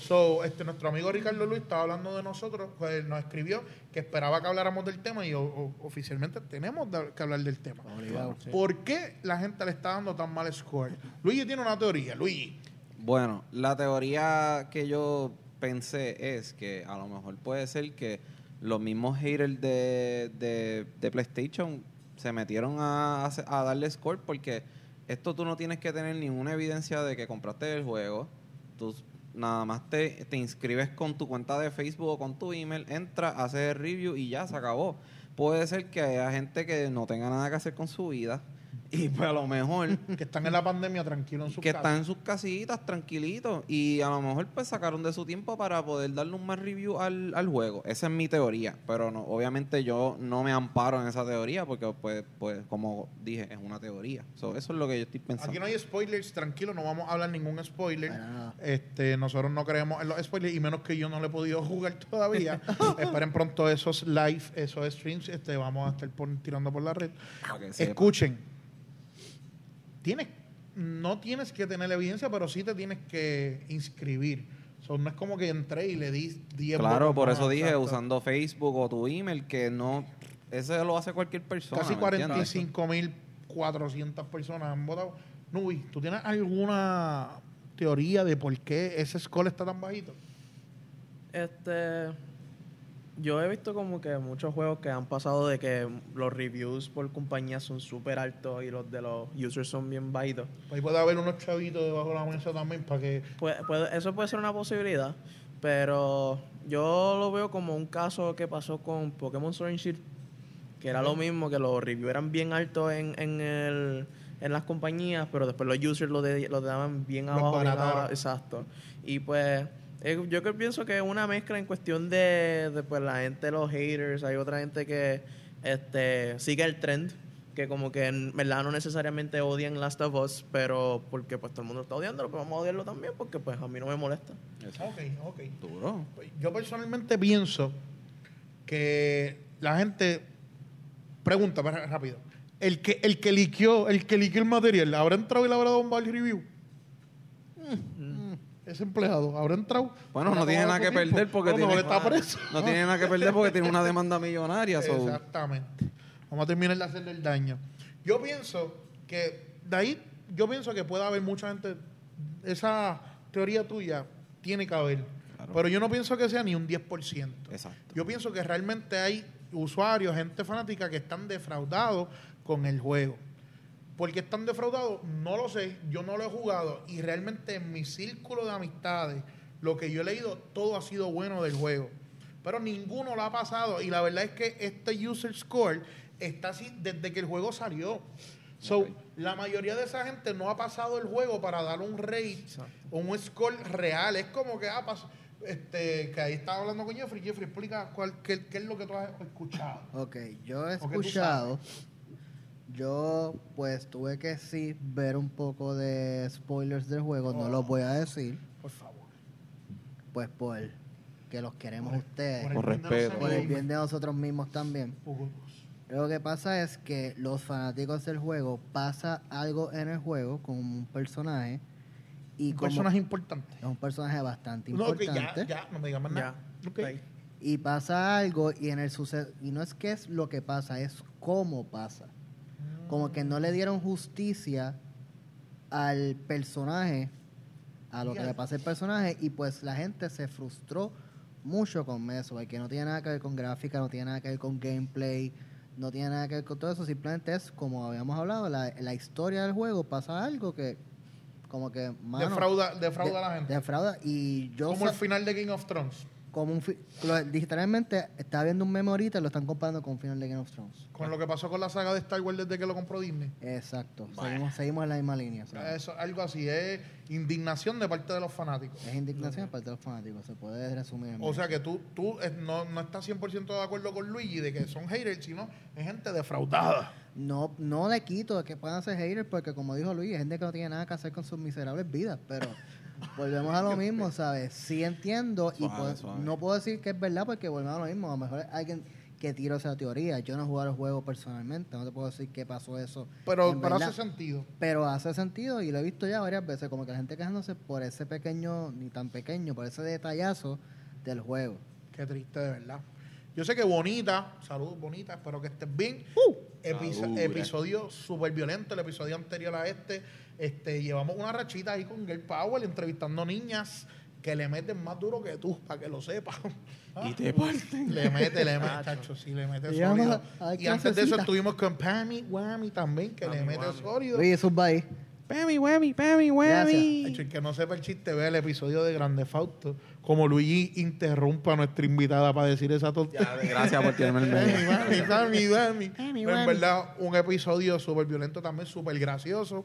S1: So, este, nuestro amigo Ricardo Luis estaba hablando de nosotros, pues, nos escribió que esperaba que habláramos del tema y o- o- oficialmente tenemos de- que hablar del tema.
S3: Obligado.
S1: ¿Por qué la gente le está dando tan mal score? Luigi tiene una teoría, Luigi.
S2: Bueno, la teoría que yo pensé es que a lo mejor puede ser que los mismos haters de, de, de PlayStation se metieron a, a hacer- a darle score porque esto tú no tienes que tener ninguna evidencia de que compraste el juego. Tú s- nada más te, te inscribes con tu cuenta de Facebook o con tu email, entra, haces el review y ya se acabó. Puede ser que haya gente que no tenga nada que hacer con su vida y pues a lo mejor
S1: Que están en la pandemia tranquilo en su
S2: que
S1: casa.
S2: están en sus casitas tranquilitos y a lo mejor pues sacaron de su tiempo para poder darle un más review al, al juego. Esa es mi teoría, pero no, obviamente yo no me amparo en esa teoría porque pues, pues como dije, es una teoría. So, eso es lo que yo estoy pensando.
S1: Aquí no hay spoilers, tranquilo, no vamos a hablar ningún spoiler.
S3: Para nada.
S1: Este, nosotros no creemos en los spoilers y menos que yo no le he podido jugar
S2: (laughs)
S1: todavía. Esperen pronto esos live, esos streams, este, vamos a estar pon- tirando por la red.
S2: Para que sepa.
S1: Escuchen. Tienes, no tienes que tener evidencia, pero sí te tienes que inscribir. So, no es como que entré y le di 10
S2: Claro,
S1: votos
S2: por
S1: más,
S2: eso dije
S1: exacto.
S2: usando Facebook o tu email que no eso lo hace cualquier persona.
S1: Casi
S2: ¿me entiendes?
S1: 45.400 personas han votado. Nubi, ¿tú tienes alguna teoría de por qué ese score está tan bajito?
S4: Este. Yo he visto como que muchos juegos que han pasado de que los reviews por compañía son súper altos y los de los users son bien bajitos.
S1: Ahí puede haber unos chavitos debajo de la mesa también para que...
S4: Pues, pues, eso puede ser una posibilidad, pero yo lo veo como un caso que pasó con Pokémon Sword and Shield, que era lo mismo, que los reviews eran bien altos en, en el, en las compañías, pero después los users lo, de, lo daban bien
S1: Los
S4: abajo, bien
S1: barataron.
S4: abajo, Exacto. Y pues eh, yo que pienso que es una mezcla en cuestión de, de, pues la gente, los haters, hay otra gente que este, sigue el trend, que como que en verdad no necesariamente odian Last of Us, pero porque pues todo el mundo está odiándolo, pues vamos a odiarlo también porque pues a mí no me molesta.
S1: Ok, ok.
S2: Duro.
S1: Pues, Yo personalmente pienso que la gente. Pregunta ra- rápido. El que, el que liqueó, el que liqueó el material, ¿habrá entrado y le habrá dado un value review? Mm, mm, Ese empleado, ¿habrá entrado?
S2: Bueno, no
S1: ¿Habrá
S2: tiene nada
S1: acabado
S2: que
S1: su tiempo?
S2: perder porque
S1: A lo mejor
S2: tiene,
S1: está preso.
S2: (laughs) no tiene nada que perder porque tiene una demanda millonaria. so-
S1: Exactamente. Vamos a terminar de hacerle el daño. Yo pienso que de ahí, yo pienso que puede haber mucha gente. Esa teoría tuya tiene que haber.
S2: Claro.
S1: Pero yo no pienso que sea ni un 10%.
S2: Exacto.
S1: Yo pienso que realmente hay usuarios, gente fanática que están defraudados con el juego. Porque están defraudados, no lo sé, yo no lo he jugado y realmente en mi círculo de amistades, lo que yo he leído, todo ha sido bueno del juego. Pero ninguno lo ha pasado y la verdad es que este user score está así desde que el juego salió. So,
S2: Ok.
S1: la mayoría de esa gente no ha pasado el juego para dar un rate
S4: Exacto.
S1: o un score real. Es como que, ah, pas- este, que ahí estaba hablando con Jeffrey. Jeffrey, explica cuál, qué, qué es lo que tú has escuchado.
S3: Ok, yo he
S1: Porque tú
S3: escuchado. Yo, pues, tuve que sí ver un poco de spoilers del juego. No los
S1: Oh.
S3: voy a decir,
S1: Por favor.
S3: pues, por que los queremos
S1: Por-
S3: ustedes.
S2: Por
S1: bien de los
S2: respeto.
S3: por el
S1: amigos.
S3: bien de nosotros mismos también.
S1: Hugo.
S3: Lo que pasa es que los fanáticos del juego pasa algo en el juego con un personaje y
S1: Un
S3: como
S1: personaje importante.
S3: es un personaje bastante
S1: No, que
S3: importante
S1: ya, ya, no me digas más nada.
S4: Ya.
S1: Ok.
S4: está ahí.
S3: y pasa algo y en el suceso y no es qué es lo que pasa, es cómo pasa. Como que no le dieron justicia al personaje, a lo que le pasa al personaje y pues la gente se frustró mucho con eso, porque no tiene nada que ver con gráfica, no tiene nada que ver con gameplay, no tiene nada que ver con todo eso, simplemente es como habíamos hablado, la, la historia del juego pasa algo que como que mano,
S1: defrauda defrauda
S3: de-
S1: a la gente.
S3: Defrauda y yo
S1: como el
S3: sa-
S1: final de King of Thrones.
S3: como un fi- lo- digitalmente está viendo un meme ahorita y lo están comparando con Final de Game of Thrones.
S1: Con lo que pasó con la saga de Star Wars desde que lo compró Disney.
S3: Exacto. Seguimos, seguimos en la misma línea. o sea,
S1: Eso, algo así. Es indignación de parte de los fanáticos.
S3: es indignación de parte de los fanáticos. Se puede resumir. en
S1: O
S3: eso.
S1: sea que tú, tú eh, no, no estás 100% de acuerdo con Luigi de que son haters, sino es gente defraudada.
S3: no, no le quito que puedan ser haters porque, como dijo Luis, es gente que no tiene nada que hacer con sus miserables vidas. Pero volvemos a lo mismo, ¿sabes? Sí entiendo y
S2: Suave,
S3: pues,
S2: suave.
S3: no puedo decir que es verdad porque volvemos a lo mismo. A lo mejor hay alguien que tiró esa teoría. Yo no he jugado el juego personalmente. No te puedo decir qué pasó eso.
S1: Pero,
S3: en
S1: pero
S3: verdad.
S1: hace sentido.
S3: Pero hace sentido y lo he visto ya varias veces, como que la gente quejándose por ese pequeño, ni tan pequeño, por ese detallazo del juego.
S1: Qué triste, de verdad. Yo sé que bonita, salud bonita, espero que estés bien.
S3: Uh.
S1: Episo-
S2: Salud,
S1: episodio súper violento, el episodio anterior a este. este Llevamos una rachita ahí con Girl Powell entrevistando niñas que le meten más duro que tú, para que lo (laughs) sepas. Ah.
S2: Y te parten.
S1: Le mete, le mete, chacho, sí, le mete
S3: Y vamos
S1: sólido.
S3: a- a
S1: Y antes de eso
S3: clasecita.
S1: estuvimos con Pammy Whammy también, que le
S4: Pammy
S1: mete
S4: Whammy.
S1: sólido.
S3: Oye, eso va ahí.
S2: Pemi, wemi, pemi, wemi.
S1: De hecho, el que no sepa el chiste, ve el episodio de Grande Fausto. Como Luigi interrumpa a nuestra invitada para decir esa (laughs) tontería.
S2: Gracias por tirarme el medio.
S1: Dami, Dami, Dami, Dami.
S3: Dami,
S1: Pero En
S3: Dami.
S1: verdad, un episodio súper violento también, súper gracioso.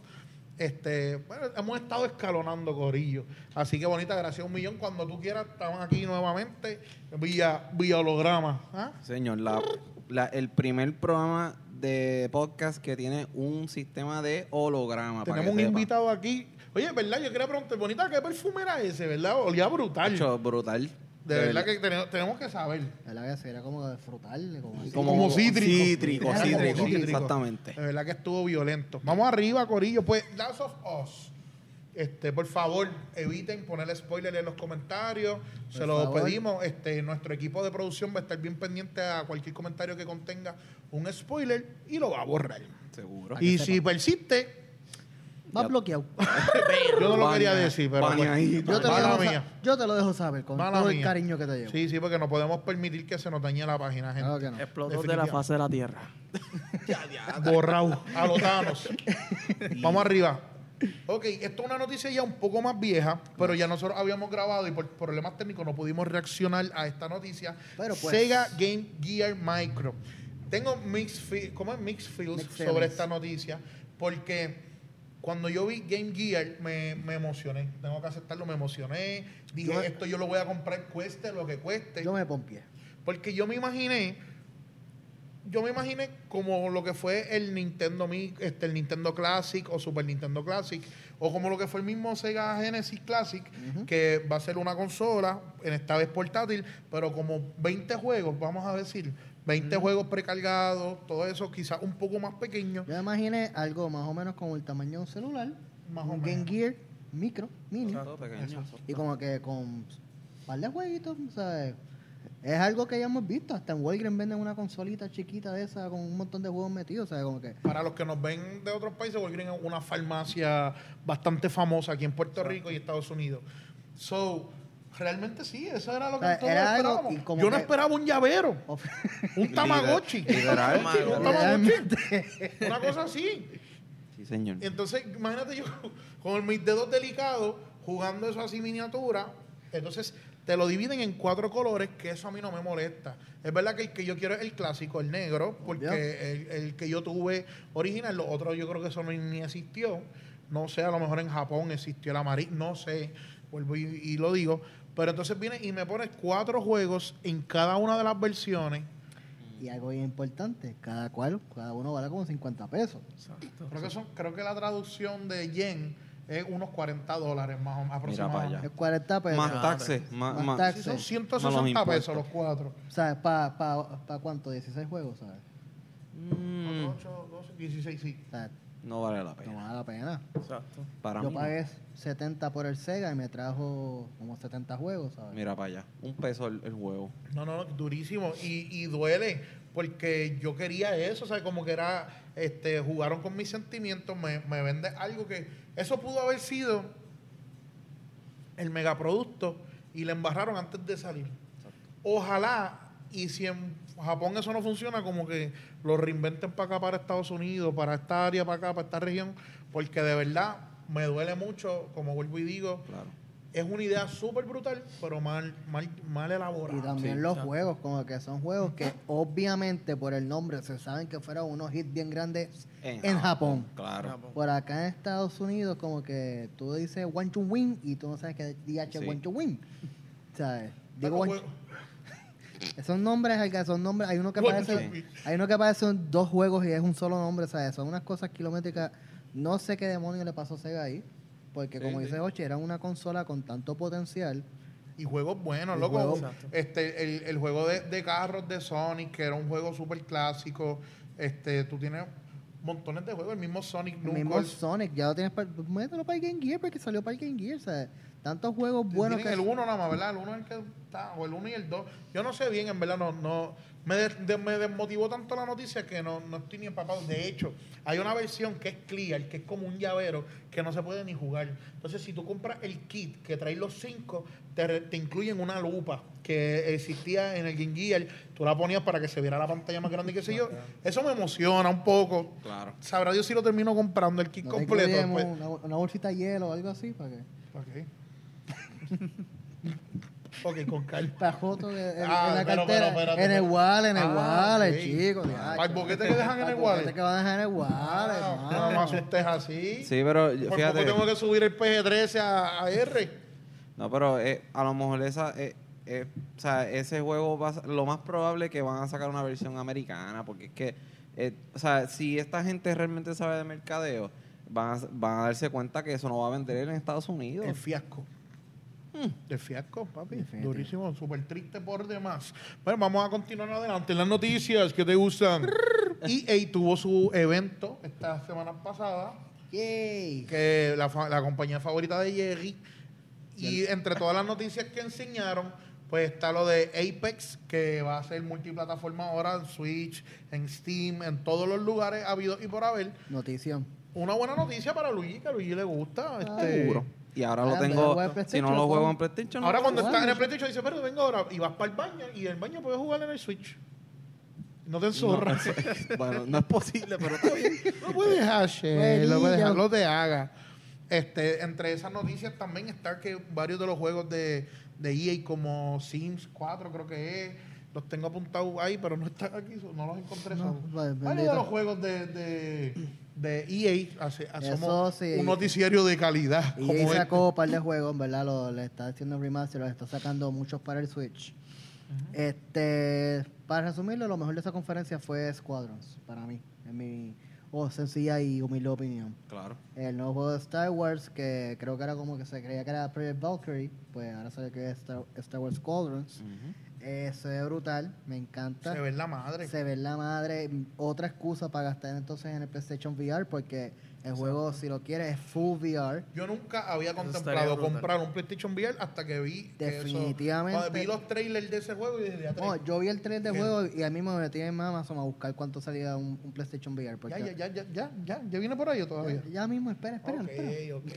S1: Este, bueno, hemos estado escalonando corillo. Así que bonita, gracias un millón. Cuando tú quieras, estamos aquí nuevamente vía, vía holograma. ¿Ah?
S2: Señor, la, la- el primer programa de podcast que tiene un sistema de holograma. para
S1: Tenemos un
S2: que sepa.
S1: invitado aquí. Oye, ¿verdad? Yo quería preguntar, bonita, ¿qué perfume era ese, verdad? Olía brutal.
S2: Hecho, brutal.
S1: de verdad que tenemos, tenemos que saber.
S3: ¿Verdad que se era como de frutarle? Como así.
S1: como cítrico.
S2: Cítrico,
S1: Era como
S2: cítrico,
S1: cítrico.
S2: Exactamente.
S1: De verdad que estuvo violento. Vamos arriba, Corillo. Pues, Last of Us. Este, por favor, eviten poner spoiler en los comentarios. Se
S3: Por
S1: lo
S3: favor.
S1: pedimos. Este, nuestro equipo de producción va a estar bien pendiente a cualquier comentario que contenga un spoiler y lo va a borrar.
S2: Seguro.
S1: Y si persiste,
S3: Va
S2: Ya.
S3: bloqueado.
S1: yo no lo
S2: Baña-
S1: quería decir, pero.
S2: baña
S1: pues,
S2: ahí,
S3: Yo te, lo
S1: Mala
S3: dejo, sa-
S1: mía.
S3: yo te lo dejo saber con
S1: mala
S3: todo el
S1: mía.
S3: cariño que te llevo. Ah,
S1: Sí, Este- sí, porque no podemos permitir que se nos dañe la página, gente.
S3: Claro que no.
S4: Explotó de la
S1: Definitivamente.
S4: fase de la Tierra.
S1: Borrado. A los Thanos. (laughs) Vamos arriba. Ah, Ok, esto es una noticia ya un poco más vieja, pero ya nosotros habíamos grabado y por problemas técnicos no pudimos reaccionar a esta noticia.
S3: Pero pues-
S1: Sega Game Gear Micro. Tengo mixed, fe- ¿cómo es? mixed feels
S3: Mixed
S1: sobre
S3: feelings.
S1: esta noticia Porque cuando yo vi Game Gear, me, me emocioné. Tengo que aceptarlo, me emocioné. Dije,
S3: Yo me-
S1: esto yo lo voy a comprar, cueste lo que cueste.
S3: Yo me pompié.
S1: Porque yo me imaginé, yo me imaginé como lo que fue el Nintendo Mi- este, el Nintendo Classic o Super Nintendo Classic, o como lo que fue el mismo Sega Genesis Classic, que va a ser una consola, en esta vez portátil, pero como 20 juegos, vamos a decir, 20 juegos precargados, todo eso quizás un poco más pequeño.
S3: Yo me imaginé algo más o menos como el tamaño de un celular,
S1: Más o
S3: un Game
S1: menos.
S3: Gear micro, mini,
S2: Todo pequeño.
S3: y como que con un par de jueguitos, ¿sabes? Es algo que ya hemos visto. Hasta en Walgreens venden una consolita chiquita de esa con un montón de juegos metidos, ¿sabes? Como que
S1: Para los que nos ven de otros países, Walgreens es una farmacia bastante famosa aquí en Puerto Rico y Estados Unidos. So, realmente sí, eso era lo que
S3: O sea,
S1: todos
S3: era algo
S1: esperábamos.
S3: y como
S1: Yo no
S3: que-
S1: esperaba un llavero,
S3: of- (laughs)
S1: un Tamagotchi,
S2: Literal.
S1: un Tamagotchi, una cosa así.
S2: Sí, señor.
S1: Entonces, imagínate yo (laughs) con mis dedos delicados jugando eso así miniatura. Entonces, te lo dividen en cuatro colores, que eso a mí no me molesta. Es verdad que el que yo quiero es el clásico, el negro,
S3: Obvio.
S1: porque el, el que yo tuve original, los otros yo creo que eso no- ni existió. No sé, a lo mejor en Japón existió el amarillo, no sé, vuelvo y, y lo digo. Pero entonces viene y me pones cuatro juegos en cada una de las versiones.
S3: y algo bien importante, cada cual, cada uno vale como 50 pesos.
S4: Exacto.
S1: Creo que, son, creo que la traducción de yen es unos 40 dólares más o menos aproximadamente.
S2: para allá.
S3: Es 40 pesos.
S2: Más taxes. Más,
S3: Más
S2: más-
S3: taxes.
S1: Sí, son
S3: Sí.
S1: 160
S2: No los
S1: pesos
S2: impuestos.
S1: los cuatro.
S3: ¿Sabes? ¿Para pa, pa cuánto? 16 juegos, ¿sabes?
S2: Mm,
S1: 8, 12, 16, sí.
S3: O sea,
S2: no vale la
S3: no
S2: pena.
S3: vale la pena.
S4: Exacto.
S2: Para
S3: Yo
S2: mí.
S3: pagué 70 por el Sega y me trajo como 70 juegos, ¿sabes?
S2: Mira para allá. Un peso el, el juego.
S1: No, no, no, durísimo. Y, y duele, porque yo quería eso, o sea, como que era, este, jugaron con mis sentimientos, me, me vende algo que, eso pudo haber sido el megaproducto y le embarraron antes de salir. Ojalá, y si en Japón eso no funciona, como que lo reinventen para acá, para Estados Unidos, para esta área, para acá, para esta región, porque de verdad me duele mucho, como vuelvo y digo,
S2: Claro.
S1: es una idea súper brutal, pero mal, mal, mal elaborada.
S3: Y también
S2: Sí,
S3: los
S4: exacto.
S3: juegos, como que son juegos que obviamente por el nombre se saben que fueron unos hits bien grandes en, Japón.
S2: Claro.
S4: Japón.
S3: Por acá en Estados Unidos, como que tú dices One to Win y tú no sabes qué DH es
S2: Sí.
S3: One to Win. ¿Sabes?
S1: Bueno,
S3: Digo, One
S1: pues,
S3: Esos nombres, Alga, son nombres. Hay uno que
S1: Bueno,
S3: parece.
S1: sí.
S3: Hay uno que parece un- dos juegos y es un solo nombre, ¿sabes? Son unas cosas kilométricas. No sé qué demonio le pasó a Sega ahí. Porque,
S2: Sí,
S3: como
S2: sí.
S3: dice Oche, era una consola con tanto potencial.
S1: Y juegos buenos,
S3: Y
S1: loco.
S3: juegos-
S4: Exacto.
S1: este, el, el juego de, de carros de Sonic, que era un juego súper clásico. Este, tú tienes montones de juegos. El mismo Sonic
S3: El mismo
S1: Knuckles.
S3: Sonic, ya lo tienes para. Mételo para el Game Gear, porque salió para el Game Gear, ¿sabes? Tantos juegos buenos
S1: Tienen
S3: que.
S1: el 1 nada más, ¿verdad? El 1 es el que está, o el 1 y el 2. Yo no sé bien, en verdad, no, no me, des- de- me desmotivó tanto la noticia que no, no estoy ni empapado. De hecho, hay una versión que es clear, que es como un llavero, que no se puede ni jugar. Entonces, si tú compras el kit que trae los 5, te, re- te incluyen una lupa que existía en el Game Gear. Tú la ponías para que se viera la pantalla más grande y qué sé yo. Eso me emociona un poco.
S2: Claro.
S1: Sabrá Dios si lo termino comprando el kit
S3: no te
S1: completo. pues.
S3: incluyen
S1: después.
S3: una, una bolsita de hielo o algo así, para que.
S1: (laughs) Ok, con calma.
S3: Para Joto de- en,
S1: Ah,
S3: en la
S1: pero,
S3: cartera.
S1: pero, espérate,
S3: en el
S1: pero-
S3: wallet, en el
S1: Ah,
S3: wallet,
S1: ok.
S3: chicos.
S1: Ah, ¿para el boquete que dejan en el wallet?
S3: que van a dejar en el wallet,
S1: Ah,
S3: mano.
S1: no me asustes así.
S2: Sí, pero
S1: Por
S2: fíjate.
S1: poco tengo que subir el PG-13 a, a R.
S2: No, pero eh, a lo mejor esa, eh, eh, o sea, ese juego va a- lo más probable que van a sacar una versión americana, porque es que, eh, o sea, si esta gente realmente sabe de mercadeo, van a, van a darse cuenta que eso no va a vender en Estados Unidos.
S1: El fiasco. Mm, El fiasco, papi.
S3: Definitivo.
S1: Durísimo, súper triste por demás. Bueno, vamos a continuar adelante. en Las noticias que te gustan. EA tuvo su evento esta semana pasada,
S3: Yay.
S1: que la, fa- la compañía favorita de Jerry. Y entre todas las noticias que enseñaron, pues está lo de Apex, que va a ser multiplataforma ahora en Switch, en Steam, en todos los lugares habidos y por haber.
S3: Notición.
S1: Una buena noticia para Luigi, que a Luigi le gusta. este,
S2: Seguro. Y ahora lo
S3: Ah, en vez de jugar
S2: tengo, si
S3: en
S2: no
S3: PlayStation,
S2: lo juego
S3: ¿cómo?
S2: en PlayStation, no
S1: Ahora
S2: lo
S1: cuando
S2: juego.
S1: estás en el PlayStation dice, pero vengo ahora y vas para el baño y el baño puedes jugar en el Switch. No te enzorras.
S2: No, eso- bueno, no es posible, pero está bien.
S1: (laughs) No, puedes hacer,
S3: Buenillo.
S1: lo puedes dejar, lo te haga. Este, entre esas noticias también está que varios de los juegos de, de EA como Sims 4 creo que es, los tengo apuntados ahí, pero no están aquí, so- no los encontré.
S3: No,
S1: so-
S3: vale,
S1: varios de
S3: bendito.
S1: los juegos de, de, de EA, hace-
S3: Eso
S1: somos
S3: sí.
S1: un noticiero de calidad.
S3: Y
S1: como
S3: ahí
S1: este.
S3: sacó un par de juegos, en ¿verdad? Lo, le está haciendo remaster, los está sacando muchos para el Switch. Este, para resumirlo, lo mejor de esa conferencia fue Squadrons, para mí, en mi oh, sencilla y humilde opinión.
S2: Claro.
S3: El nuevo juego de Star Wars, que creo que era como que se creía que era Project Valkyrie, pues ahora sale que es Star, Star Wars
S1: Mm.
S3: Squadrons. Eh, se ve brutal, me encanta.
S1: Se ve en la madre.
S3: Se ve la madre. Otra excusa para gastar entonces en el PlayStation VR, porque el juego, si lo quieres, es full VR.
S1: Yo nunca había
S4: Eso estaría
S1: contemplado
S4: brutal.
S1: comprar un PlayStation VR hasta que vi que eso-
S3: Definitivamente.
S1: cuando vi los trailers de ese juego y dije, ya,
S3: Oh,
S1: tres.
S3: yo vi el tren de
S1: Bien.
S3: juego y al mismo me metí en Amazon a buscar cuánto salía un, un PlayStation VR. Porque
S1: ya, ya, ya, ya, ya, ya, ya viene por ahí o todavía.
S3: Ya- ya mismo, espera, espera. espera.
S1: ok, ok.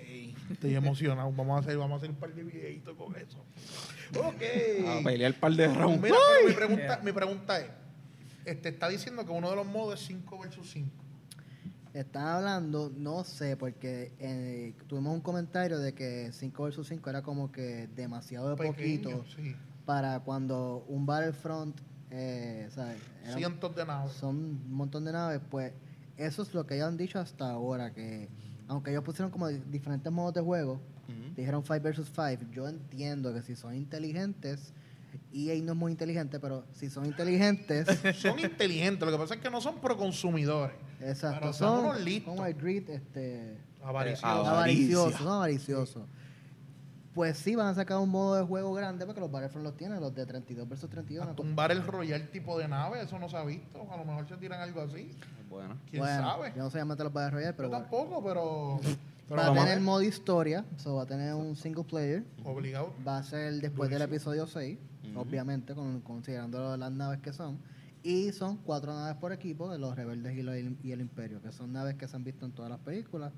S1: Estoy emocionado. Vamos a hacer, vamos a hacer un par de videitos con eso.
S2: A
S1: Ok. Pues
S2: pelear el par de rounds.
S1: Mira, pero mi pregunta,
S4: Yeah.
S1: mi pregunta es, este, está diciendo que uno de los modos es 5 versus 5.
S3: Están hablando, no sé, porque eh, tuvimos un comentario de que 5 vs 5 era como que demasiado de poquito
S1: sí.
S3: para cuando un Battlefront, eh, ¿sabes? Era-
S1: Cientos de naves.
S3: son un montón de naves, pues eso es lo que ellos han dicho hasta ahora, que aunque ellos pusieron como di- diferentes modos de juego,
S2: Ujú.
S3: dijeron 5 versus 5, yo entiendo que si son inteligentes, EA no es muy inteligente, pero si son
S1: (laughs)
S3: inteligentes,
S1: Son inteligentes. Lo que pasa es que no son proconsumidores.
S3: exacto,
S1: Pero
S3: son
S1: somos listos.
S3: como el grid este,
S1: Avariciosos.
S2: Ah, Avaricia.
S3: avaricioso, son avariciosos. Pues sí, van a sacar un modo de juego grande, porque los Battlefront los tienen, los de 32 versus 31.
S1: A tumbar el royal tipo de nave, eso no se ha visto. A lo mejor se tiran algo así.
S2: Bueno.
S1: ¿Quién
S3: Bueno,
S1: sabe?
S3: Yo no sé llamarte los Battle Royale, pero
S1: Yo
S3: bueno.
S1: tampoco, pero. pero
S3: va a
S1: vamos a
S3: tener
S1: ver.
S3: modo historia, so va a tener un single player.
S1: Obligado.
S3: Va a ser después del
S1: Durísimo.
S3: episodio 6,
S2: Ujú.
S3: obviamente, con- considerando las naves que son. Y son cuatro naves por equipo de los rebeldes y, los- y el imperio, que son naves que se han visto en todas las películas.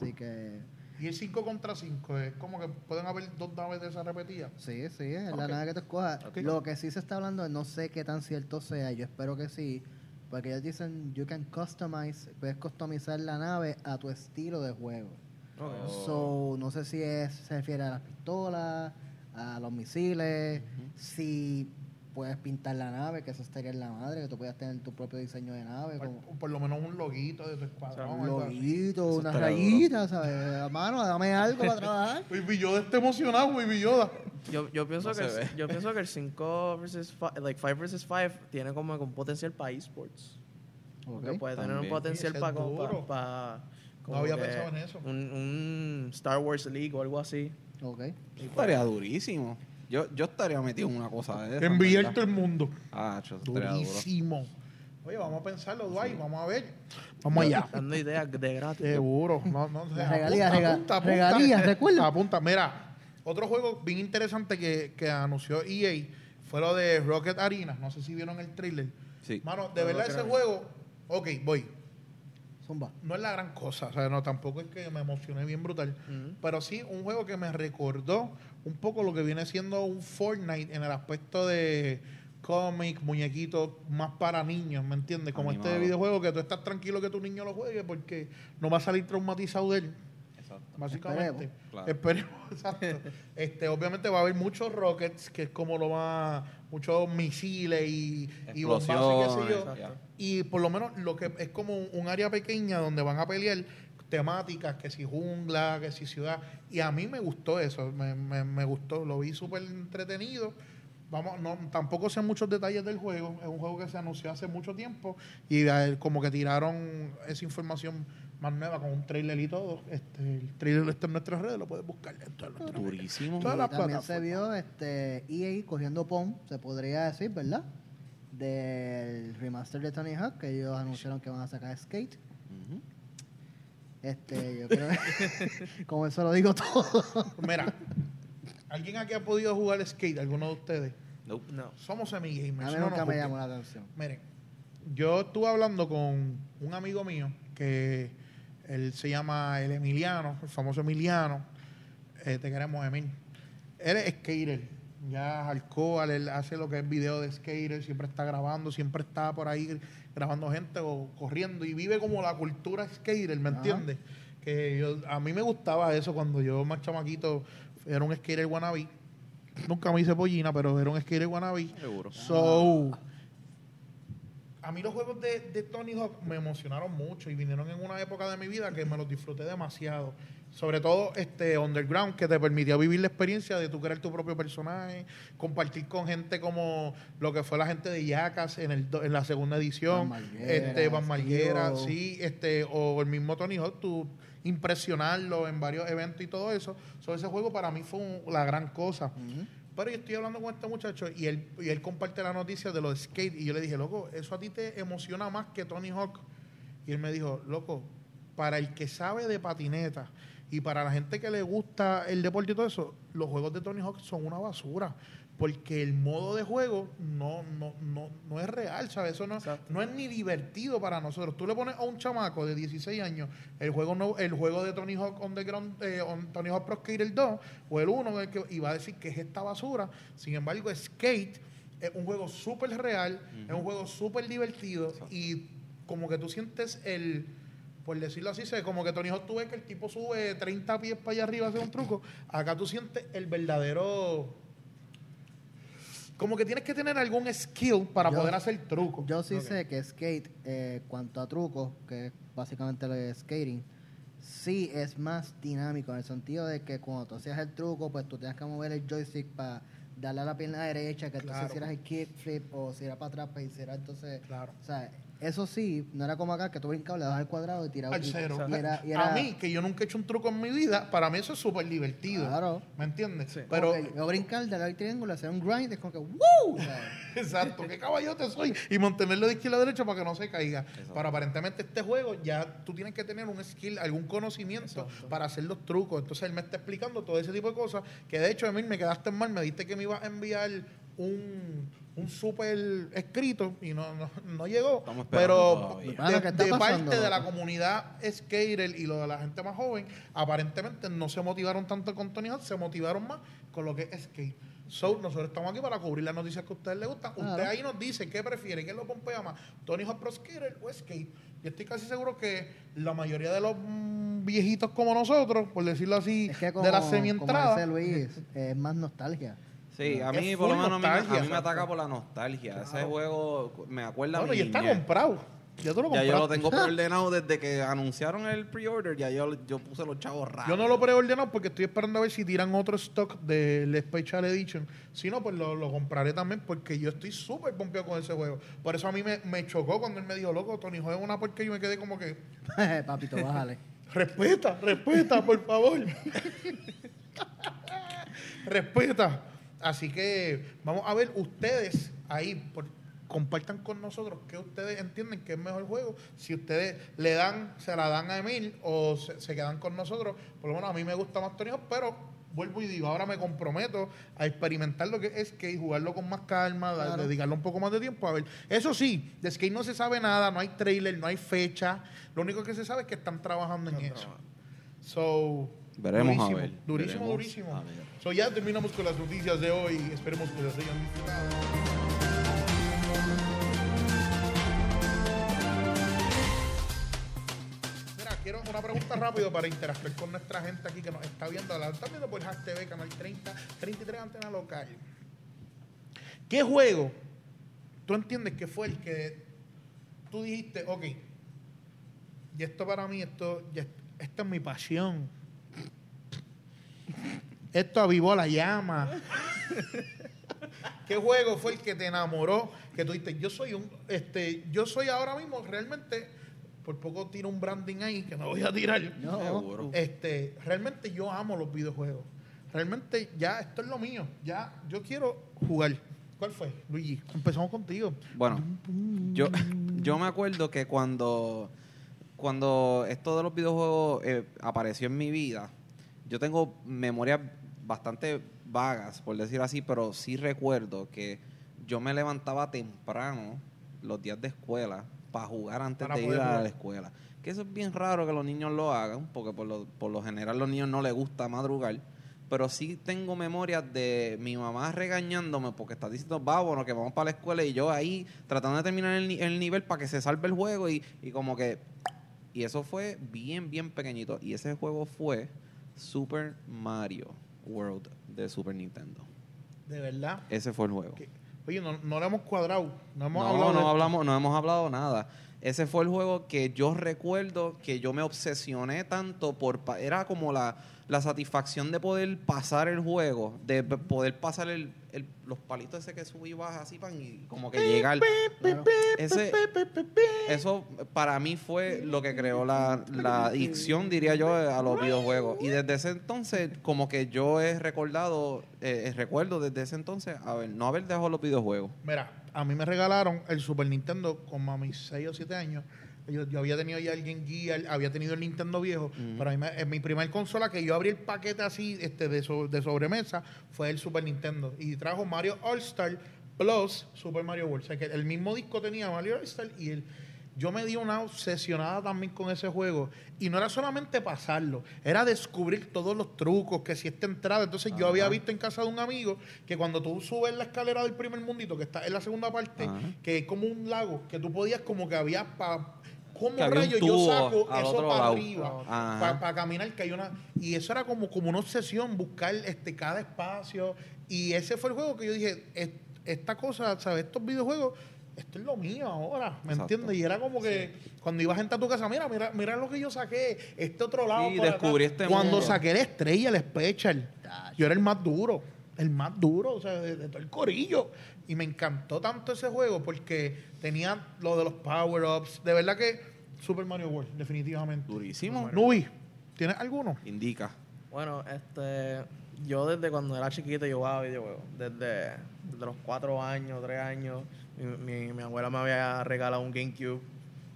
S3: Así que,
S1: Y el 5 contra 5 es como que pueden haber dos naves de esas repetidas.
S3: sí, sí, es la
S1: Ok.
S3: nave que te escojas.
S1: Ok.
S3: Lo que sí se está hablando, no sé qué tan cierto sea, yo espero que sí, porque ellos dicen, you can customize, puedes customizar la nave a tu estilo de juego.
S2: Oh.
S3: So, no sé si es- se refiere a las pistolas, a los misiles, si puedes pintar la nave, que eso estaría en la madre, que tú puedas tener tu propio diseño de nave, como
S1: Por, por lo menos un loguito de tu escuadrón.
S3: un
S1: algo así.
S3: loguito,
S2: Eso
S3: unas
S2: estaría
S3: rayitas, ¿sabes? Ah, Mano, dame algo
S1: (laughs)
S3: para trabajar.
S1: Baby Yoda está emocionado, Baby Yoda.
S4: Yo, yo, pienso
S2: No
S4: que
S2: se
S4: el,
S2: ve.
S4: yo pienso que el 5 versus 5, like 5 versus 5 tiene como un potencial para esports. Porque
S3: Ok.
S4: puede tener
S2: También.
S4: un potencial
S1: Ese es
S4: para
S1: duro.
S4: como, para, como
S1: había
S4: que
S1: pensado en eso.
S4: Un, un Star Wars League o algo así. pues,
S3: Ok.
S2: Estaría durísimo. Yo, yo estaría metido en una cosa de esa.
S1: Enviar todo el mundo.
S2: Ah, yo estaría duro.
S1: Durísimo. Oye, vamos a pensarlo, Dwight. Vamos a ver. Vamos allá.
S4: Dando ideas de
S1: (laughs)
S4: gratis.
S1: Seguro. No, no,
S3: Las regalías, rega- regalías,
S1: recuerda.
S3: recuerda.
S1: Apunta, mira. Otro juego bien interesante que, que anunció EA fue lo de Rocket Arena. No sé si vieron el thriller.
S2: Sí.
S1: Mano, de
S4: No,
S1: verdad
S4: Rocket
S1: ese
S4: Arena.
S1: juego. Ok, voy.
S3: Zumba.
S1: No es la gran cosa. O sea, no, tampoco es que me emocioné bien brutal.
S4: Ujú.
S1: Pero sí, un juego que me recordó un poco lo que viene siendo un Fortnite en el aspecto de cómic, muñequitos más para niños, ¿me entiendes? Como este
S2: Animado.
S1: videojuego que tú estás tranquilo que tu niño lo juegue porque no va a salir traumatizado de él,
S2: Exacto.
S1: básicamente.
S2: Esperemos. Claro.
S1: Esperemos, (laughs) exacto. Este, obviamente va a haber muchos rockets, que es como lo más, muchos misiles y, y bombazos y qué sé yo.
S2: Explosiones, ya.
S1: Y por lo menos lo que es como un un área pequeña donde van a pelear temáticas, que si jungla, que si ciudad. Y a mí me gustó eso, me, me- me gustó, lo vi súper entretenido. Vamos, no, tampoco sé muchos detalles del juego, es un juego que se anunció hace mucho tiempo y eh, como que tiraron esa información más nueva con un trailer y todo. Este, el trailer está en nuestras redes, lo puedes buscar. en todas nuestras redes.
S2: Durísimo.
S1: Todas las
S3: Y también se
S1: plataformas.
S3: vio este EA cogiendo POM, se podría decir, ¿verdad? Del remaster de Tony Hawk, que ellos anunciaron que van a sacar Skate.
S2: Ujú.
S3: Este, yo creo que (laughs) con eso lo digo todo.
S1: Mira, ¿alguien aquí ha podido jugar skate? ¿Alguno de ustedes?
S2: Nope.
S4: No.
S1: Somos semi-gamers.
S3: A mí
S1: no nos
S3: nunca me
S1: juzguen.
S3: llamó la atención.
S1: Miren, yo estuve hablando con un amigo mío que él se llama el Emiliano, el famoso Emiliano. Eh, te queremos, Emil. Él es skater, ya alcohol, él hace lo que es video de skater, siempre está grabando, siempre está por ahí grabando gente o corriendo y vive como la cultura skater, ¿me
S3: Ajá.
S1: entiendes? Que yo- a mí me gustaba eso cuando yo más chamaquito era un skater wannabe. Nunca me hice pollina, pero era un skater wannabe.
S2: Seguro.
S1: So, a mí los juegos de, de Tony Hawk me emocionaron mucho y vinieron en una época de mi vida que me los disfruté demasiado. Sobre todo este Underground, que te permitía vivir la experiencia de tú crear tu propio personaje, compartir con gente como lo que fue la gente de Yacas en, el, do- en la segunda edición,
S3: Van Marguera,
S1: este Van
S3: Steve-O.
S1: Marguera, sí, este, o el mismo Tony Hawk, tú impresionarlo en varios eventos y todo eso. So, ese juego para mí fue un- la gran cosa. Pero yo estoy hablando con este muchacho y él, y él comparte la noticia de los skate. Y yo le dije, loco, eso a ti te emociona más que Tony Hawk. Y él me dijo, loco, para el que sabe de patineta y para la gente que le gusta el deporte y todo eso, los juegos de Tony Hawk son una basura. Porque el modo de juego no, no, no, no es real, ¿sabes? Eso no,
S4: Exacto.
S1: no es ni divertido para nosotros. Tú le pones a un chamaco de 16 años el juego no, el juego de Tony Hawk Underground, eh, on- Tony Hawk Pro Skater 2 o el 1 el que- y va a decir que es esta basura. Sin embargo, Skate es un juego súper real, es un juego súper divertido y como que tú sientes el por decirlo así, se- como que Tony Hawk tú ves que el tipo sube 30 pies para allá arriba a hacer un truco. Acá tú sientes el verdadero como que tienes que tener algún skill para
S3: Yo-
S1: poder hacer truco.
S3: Yo sí
S1: Ok.
S3: sé que skate, eh, cuanto a trucos, que es básicamente lo de skating, sí es más dinámico en el sentido de que cuando tú hacías el truco, pues tú tenías que mover el joystick para darle a la pierna derecha, que
S1: Claro.
S3: entonces hicieras el kickflip o si era para atrás, pues hiciera entonces.
S1: Claro.
S3: O sea, eso sí, no era como acá que tú brincabas, le dabas al cuadrado y tirabas
S1: al cero.
S3: Y era, y era-
S1: a mí, que yo nunca he hecho un truco en mi vida, para mí eso es súper divertido.
S3: Claro.
S1: ¿Me entiendes?
S4: Sí.
S1: Pero,
S3: como que yo brincar, darle al triángulo, hacer un grind, es como que ¡wow! O sea,
S1: (laughs) exacto, qué caballote soy. Y mantenerlo de izquierda a derecha para que no se caiga. Pero aparentemente este juego ya tú tienes que tener un skill, algún conocimiento para hacer los trucos. Entonces él me está explicando todo ese tipo de cosas. Que de hecho, Emil, me quedaste mal, me diste que me ibas a enviar un un súper escrito y no, no, no llegó
S2: Estamos esperando
S1: pero
S2: todavía.
S3: Mano, ¿qué
S1: de,
S3: está
S1: de
S3: pasando,
S1: parte de la
S3: loco?
S1: comunidad skater y lo de la gente más joven, aparentemente no se motivaron tanto con Tony Hawk, se motivaron más con lo que es skate. So, nosotros estamos aquí para cubrir las noticias que a ustedes les gustan.
S3: Claro.
S1: Usted ahí nos dice qué prefiere, qué lo pompea más, Tony Hawk Pro Skater o skate. Yo estoy casi seguro que la mayoría de los mm, viejitos como nosotros, por decirlo así,
S3: es que como,
S1: de la
S3: como
S1: semientrada,
S3: dice Luis, es más nostalgia. (laughs)
S2: Sí, a
S1: Es
S2: mí por lo
S1: full
S2: menos a mí me- a
S1: nostalgia,
S2: mí me ataca
S1: exacto.
S2: por la nostalgia. Ese
S1: Claro.
S2: juego me acuerda
S1: bueno,
S2: a mi
S1: ya está
S2: niñez.
S1: comprado. Ya tú lo
S2: Ya
S1: compraste.
S2: yo
S1: (laughs)
S2: lo tengo preordenado desde que anunciaron el pre-order. Ya yo, yo puse los chavos raros.
S1: Yo no lo preordenado porque estoy esperando a ver si tiran otro stock del Special Edition. Si no, pues lo, lo compraré también porque yo estoy súper pompeado con ese juego. Por eso a mí me, me chocó cuando él me dijo, loco, Tony Hawk es una porquería. Y me quedé como que,
S3: Papito, bájale.
S1: respeta, respeta, por favor. respeta. Así que vamos a ver ustedes ahí, por- compartan con nosotros qué ustedes entienden que es mejor juego. Si ustedes le dan, se la dan a Emil o se, se quedan con nosotros. Por lo menos a mí me gusta más Tony Hawk, pero vuelvo y digo, ahora me comprometo a experimentar lo que es skate, jugarlo con más calma, da-
S3: Claro.
S1: dedicarle un poco más de tiempo. A ver, eso sí, de skate no se sabe nada, no hay trailer, no hay fecha. Lo único que se sabe es que están trabajando en eso. So,
S2: Veremos a
S1: durísimo,
S2: ver.
S1: Durísimo,
S2: Veremos
S1: durísimo.
S2: a ver.
S1: So, ya terminamos con las noticias de hoy. Esperemos que las hayan disfrutado. Mira, quiero una pregunta rápido para interactuar con nuestra gente aquí que nos está viendo. La están viendo por Hash TV, Canal 30, 33 Antena Local. ¿Qué juego tú entiendes que fue el que tú dijiste, ok, y esto para mí, esto, ya- esta es mi pasión? Esto avivó la llama. ¿Qué juego fue el que te enamoró? Que tú dijiste, yo soy un, este, yo soy ahora mismo realmente, por poco tiro un branding ahí que me voy a tirar.
S3: No.
S2: Seguro.
S1: Este, realmente yo amo los videojuegos. Realmente ya esto es lo mío. Ya yo quiero jugar. ¿Cuál fue, Luigi? Empezamos contigo.
S2: Bueno, yo, (laughs) yo me acuerdo que cuando, cuando esto de los videojuegos eh, apareció en mi vida, yo tengo memorias bastante vagas, por decir así, pero sí recuerdo que yo me levantaba temprano los días de escuela para jugar antes
S1: Para
S2: de ir
S1: poder
S2: a
S1: jugar.
S2: la escuela. Que eso es bien raro que los niños lo hagan, porque por lo, por lo general los niños no les gusta madrugar. Pero sí tengo memorias de mi mamá regañándome porque está diciendo, vámonos, que vamos para la escuela. Y yo ahí tratando de terminar el, ni- el nivel para que se salve el juego. Y, y como que. Y eso fue bien, bien pequeñito. Y ese juego fue Super Mario World de Super Nintendo.
S1: De verdad.
S2: Ese fue el juego.
S1: Que- Oye, no, no lo hemos cuadrado. No hemos
S2: no,
S1: hablado. de
S2: no
S1: esto.
S2: hablamos, no hemos hablado nada. Ese fue el juego que yo recuerdo que yo me obsesioné tanto por... pa- Era como la, la satisfacción de poder pasar el juego, de p- poder pasar el, el- los palitos ese que subí y baja así, pan, y como que llegar...
S3: Claro.
S2: Ese, eso para mí fue lo que creó la, la adicción, diría yo, a los videojuegos. Y desde ese entonces, como que yo he recordado, eh, recuerdo desde ese entonces, a ver, no haber dejado los videojuegos.
S1: Mira, a mí me regalaron el Super Nintendo como a mis 6 o 7 años. Yo, yo había tenido ya el Game Gear, había tenido el Nintendo viejo, pero a mí me- en mi primer consola que yo abrí el paquete así este, de, so- de sobremesa fue el Super Nintendo. Y trajo Mario All Star plus Super Mario World. O sea, que el mismo disco tenía Mario All Star y el... Yo me di una obsesionada también con ese juego. Y no era solamente pasarlo, era descubrir todos los trucos, que si esta entrada. Entonces yo había visto en casa de un amigo que cuando tú subes la escalera del primer mundito, que está en la segunda parte,
S2: Ajá.
S1: que es como un lago, que tú podías como que había pa, ¿Cómo
S2: Que había un
S1: rayos yo
S2: tubo
S1: saco
S2: al
S1: eso
S2: otro
S1: para
S2: lado?
S1: arriba?
S2: Ajá.
S1: Para caminar, que hay una. Y eso era como, como una obsesión, buscar este, cada espacio. Y ese fue el juego que yo dije, "Es- esta cosa, ¿sabes? Estos videojuegos, esto es lo mío ahora, ¿me
S2: Exacto.
S1: entiendes? Y era como que cuando iba gente a tu casa, mira, mira, mira lo que yo saqué, este otro lado.
S2: Sí,
S1: por acá".
S2: descubrí este
S1: Cuando
S2: mundo.
S1: saqué la estrella, el Special,
S3: Tacho.
S1: yo era el más duro, el más duro, o sea, de, de todo el corillo. Y me encantó tanto ese juego porque tenía lo de los power-ups. De verdad que Super Mario World, definitivamente.
S2: Durísimo.
S1: Nubi, ¿tienes alguno?
S2: Indica.
S4: Bueno, este, yo desde cuando era chiquito yo jugaba videojuegos. Desde, desde los cuatro años, tres años. Mi, mi- mi abuela me había regalado un GameCube,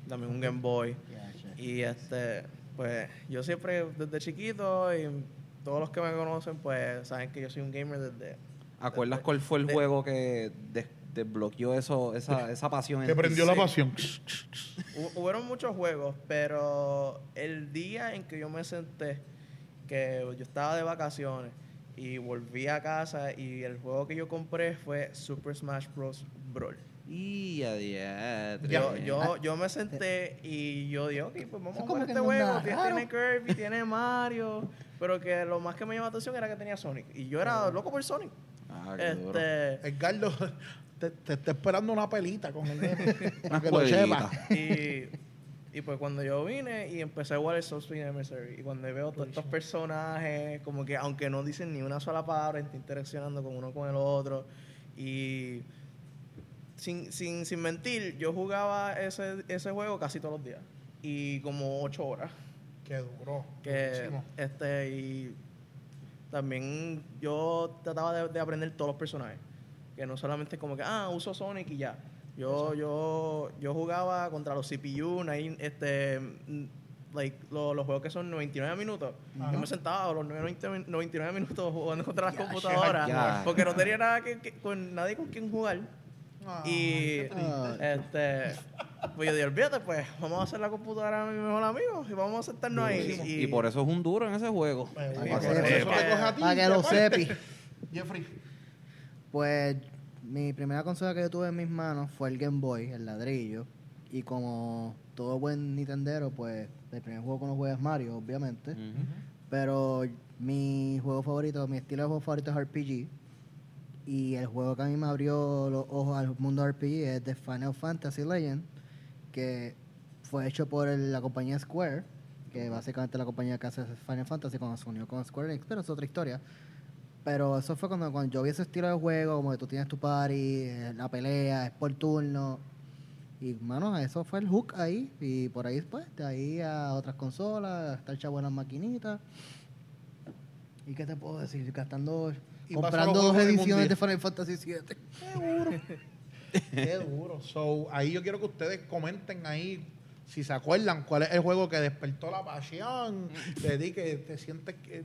S4: también un Game Boy.
S3: Ya, che.
S4: Y este, pues yo siempre desde chiquito y todos los que me conocen pues saben que yo soy un gamer desde...
S2: ¿Acuerdas cuál fue el
S4: de-
S2: juego que des- desbloqueó eso, esa, esa pasión? en
S1: Te
S2: ti?
S1: prendió la
S2: Sí.
S1: pasión.
S4: Hu- Hubieron muchos juegos, pero el día en que yo me senté, que yo estaba de vacaciones y volví a casa y el juego que yo compré fue Super Smash Bros. Brawl.
S2: Y a diadre.
S4: Yo, yo, yo me senté y yo dije, ok, pues vamos
S3: Ah. Eso
S4: a
S3: como
S4: jugar
S3: que
S4: este
S3: no es
S4: juego.
S3: nada
S4: Tiene,
S3: raro.
S4: tiene Kirby, tiene Mario, pero que lo más que me llamó la atención era que tenía Sonic. Y yo era loco por Sonic.
S2: Ah, qué duro.
S4: Este,
S1: Edgardo, (laughs) te, te está esperando una pelita con el
S3: (laughs)
S1: nene, para
S2: Una
S1: que lo
S2: escuelita.
S1: sepa.
S4: y, y pues cuando yo vine y empecé a jugar el Soul Swing Emissary, y cuando veo todos estos personajes, como que aunque no dicen ni una sola palabra, están interaccionando con uno con el otro. Y sin, sin, sin mentir, yo jugaba ese, ese juego casi todos los días. Y como ocho horas.
S1: Qué duro.
S4: Que,
S1: durísimo.
S4: este, y también yo trataba de, de aprender todos los personajes. Que no solamente como que, ah, uso Sonic y ya. Yo, yo, yo jugaba contra los CPU, nai- este, mm, like, lo- los juegos que son 99 minutos.
S1: Ajá.
S4: Yo me sentaba a los 99, 99 minutos jugando contra las
S3: Ya,
S4: computadoras.
S2: ya.
S4: porque no tenía nada que, que- con nadie con quien jugar.
S1: Ah,
S4: y
S1: qué triste.
S3: Ah.
S4: este, pues yo dije, olvídate, pues vamos a hacer la computadora a mi mejor amigo y vamos a sentarnos ahí.
S1: Durísimo.
S2: Y por eso es un duro en ese juego.
S1: Pues,
S3: Para
S1: sí,
S3: que
S1: por
S3: sepa.
S1: eso te coge a ti,
S3: Para que
S1: te
S3: lo
S1: parte.
S3: sepi.
S1: Jeffrey.
S3: Pues mi primera consola que yo tuve en mis manos fue el Game Boy, el ladrillo. Y como todo buen nintendero, pues el primer juego que uno juega es Mario, obviamente.
S2: Ujú.
S3: Pero mi juego favorito, mi estilo de juego favorito es RPG. Y el juego que a mí me abrió los ojos al mundo RPG es The Final Fantasy Legend, que fue hecho por el- la compañía Square, que básicamente es la compañía que hace Final Fantasy cuando se unió con Square Enix, pero es otra historia. Pero eso fue cuando, cuando yo vi ese estilo de juego, como que tú tienes tu party, eh, la pelea, es por turno. Y, mano, eso fue el hook ahí. Y por ahí después, de ahí a otras consolas, hasta echar buenas maquinitas. ¿Y qué te puedo decir? Gastando,
S1: Y pasa
S3: comprando
S1: los
S3: dos
S1: juegos en un
S3: ediciones
S1: día.
S3: de Final Fantasy VII.
S1: Qué duro. So, ahí yo quiero que ustedes comenten ahí si se acuerdan cuál es el juego que despertó la pasión, de ti que te sientes que,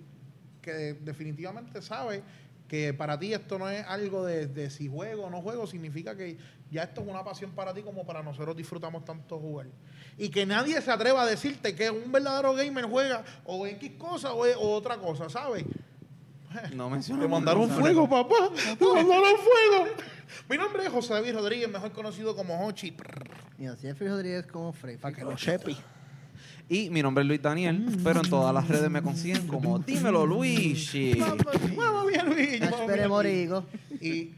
S1: que definitivamente sabes que para ti esto no es algo de, de si juego o no juego, significa que ya esto es una pasión para ti como para nosotros disfrutamos tanto jugar. Y que nadie se atreva a decirte que un verdadero gamer juega o X cosa o, o otra cosa, ¿sabes?
S2: No mencionamos.
S1: Te mandaron fuego, papá. Te mandaron fuego. (laughs) Mi nombre es José David Rodríguez, mejor conocido como Hochi.
S3: Y así es Free Rodríguez como Frey.
S1: Para que lo chepi.
S2: Y mi nombre es Luis
S1: Mm.
S2: Daniel, pero en todas las redes me consiguen como Dímelo Luigi.
S1: (laughs) Vamos bien, Luis. vamos bien,
S3: Esperemos,
S1: Luis.
S3: Rigo.
S1: Y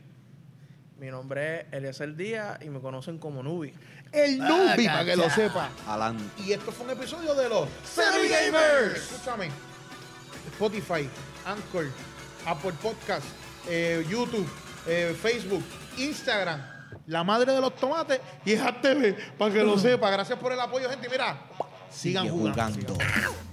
S4: Mi nombre es Eliezer Díaz y me conocen como Nubi.
S1: El Nubi, para que lo sepa.
S2: Alan.
S1: Ah, Y esto fue un episodio de los
S4: Semi
S1: Gamers.
S4: Gamers.
S1: Escúchame. Spotify, Anchor, Apple Podcast, eh, YouTube, eh, Facebook, Instagram, la madre de los tomates Mm. y es TV, para que lo sepa. Gracias por el apoyo, gente. Mira, sigan
S2: sigue
S1: jugando.
S2: jugando.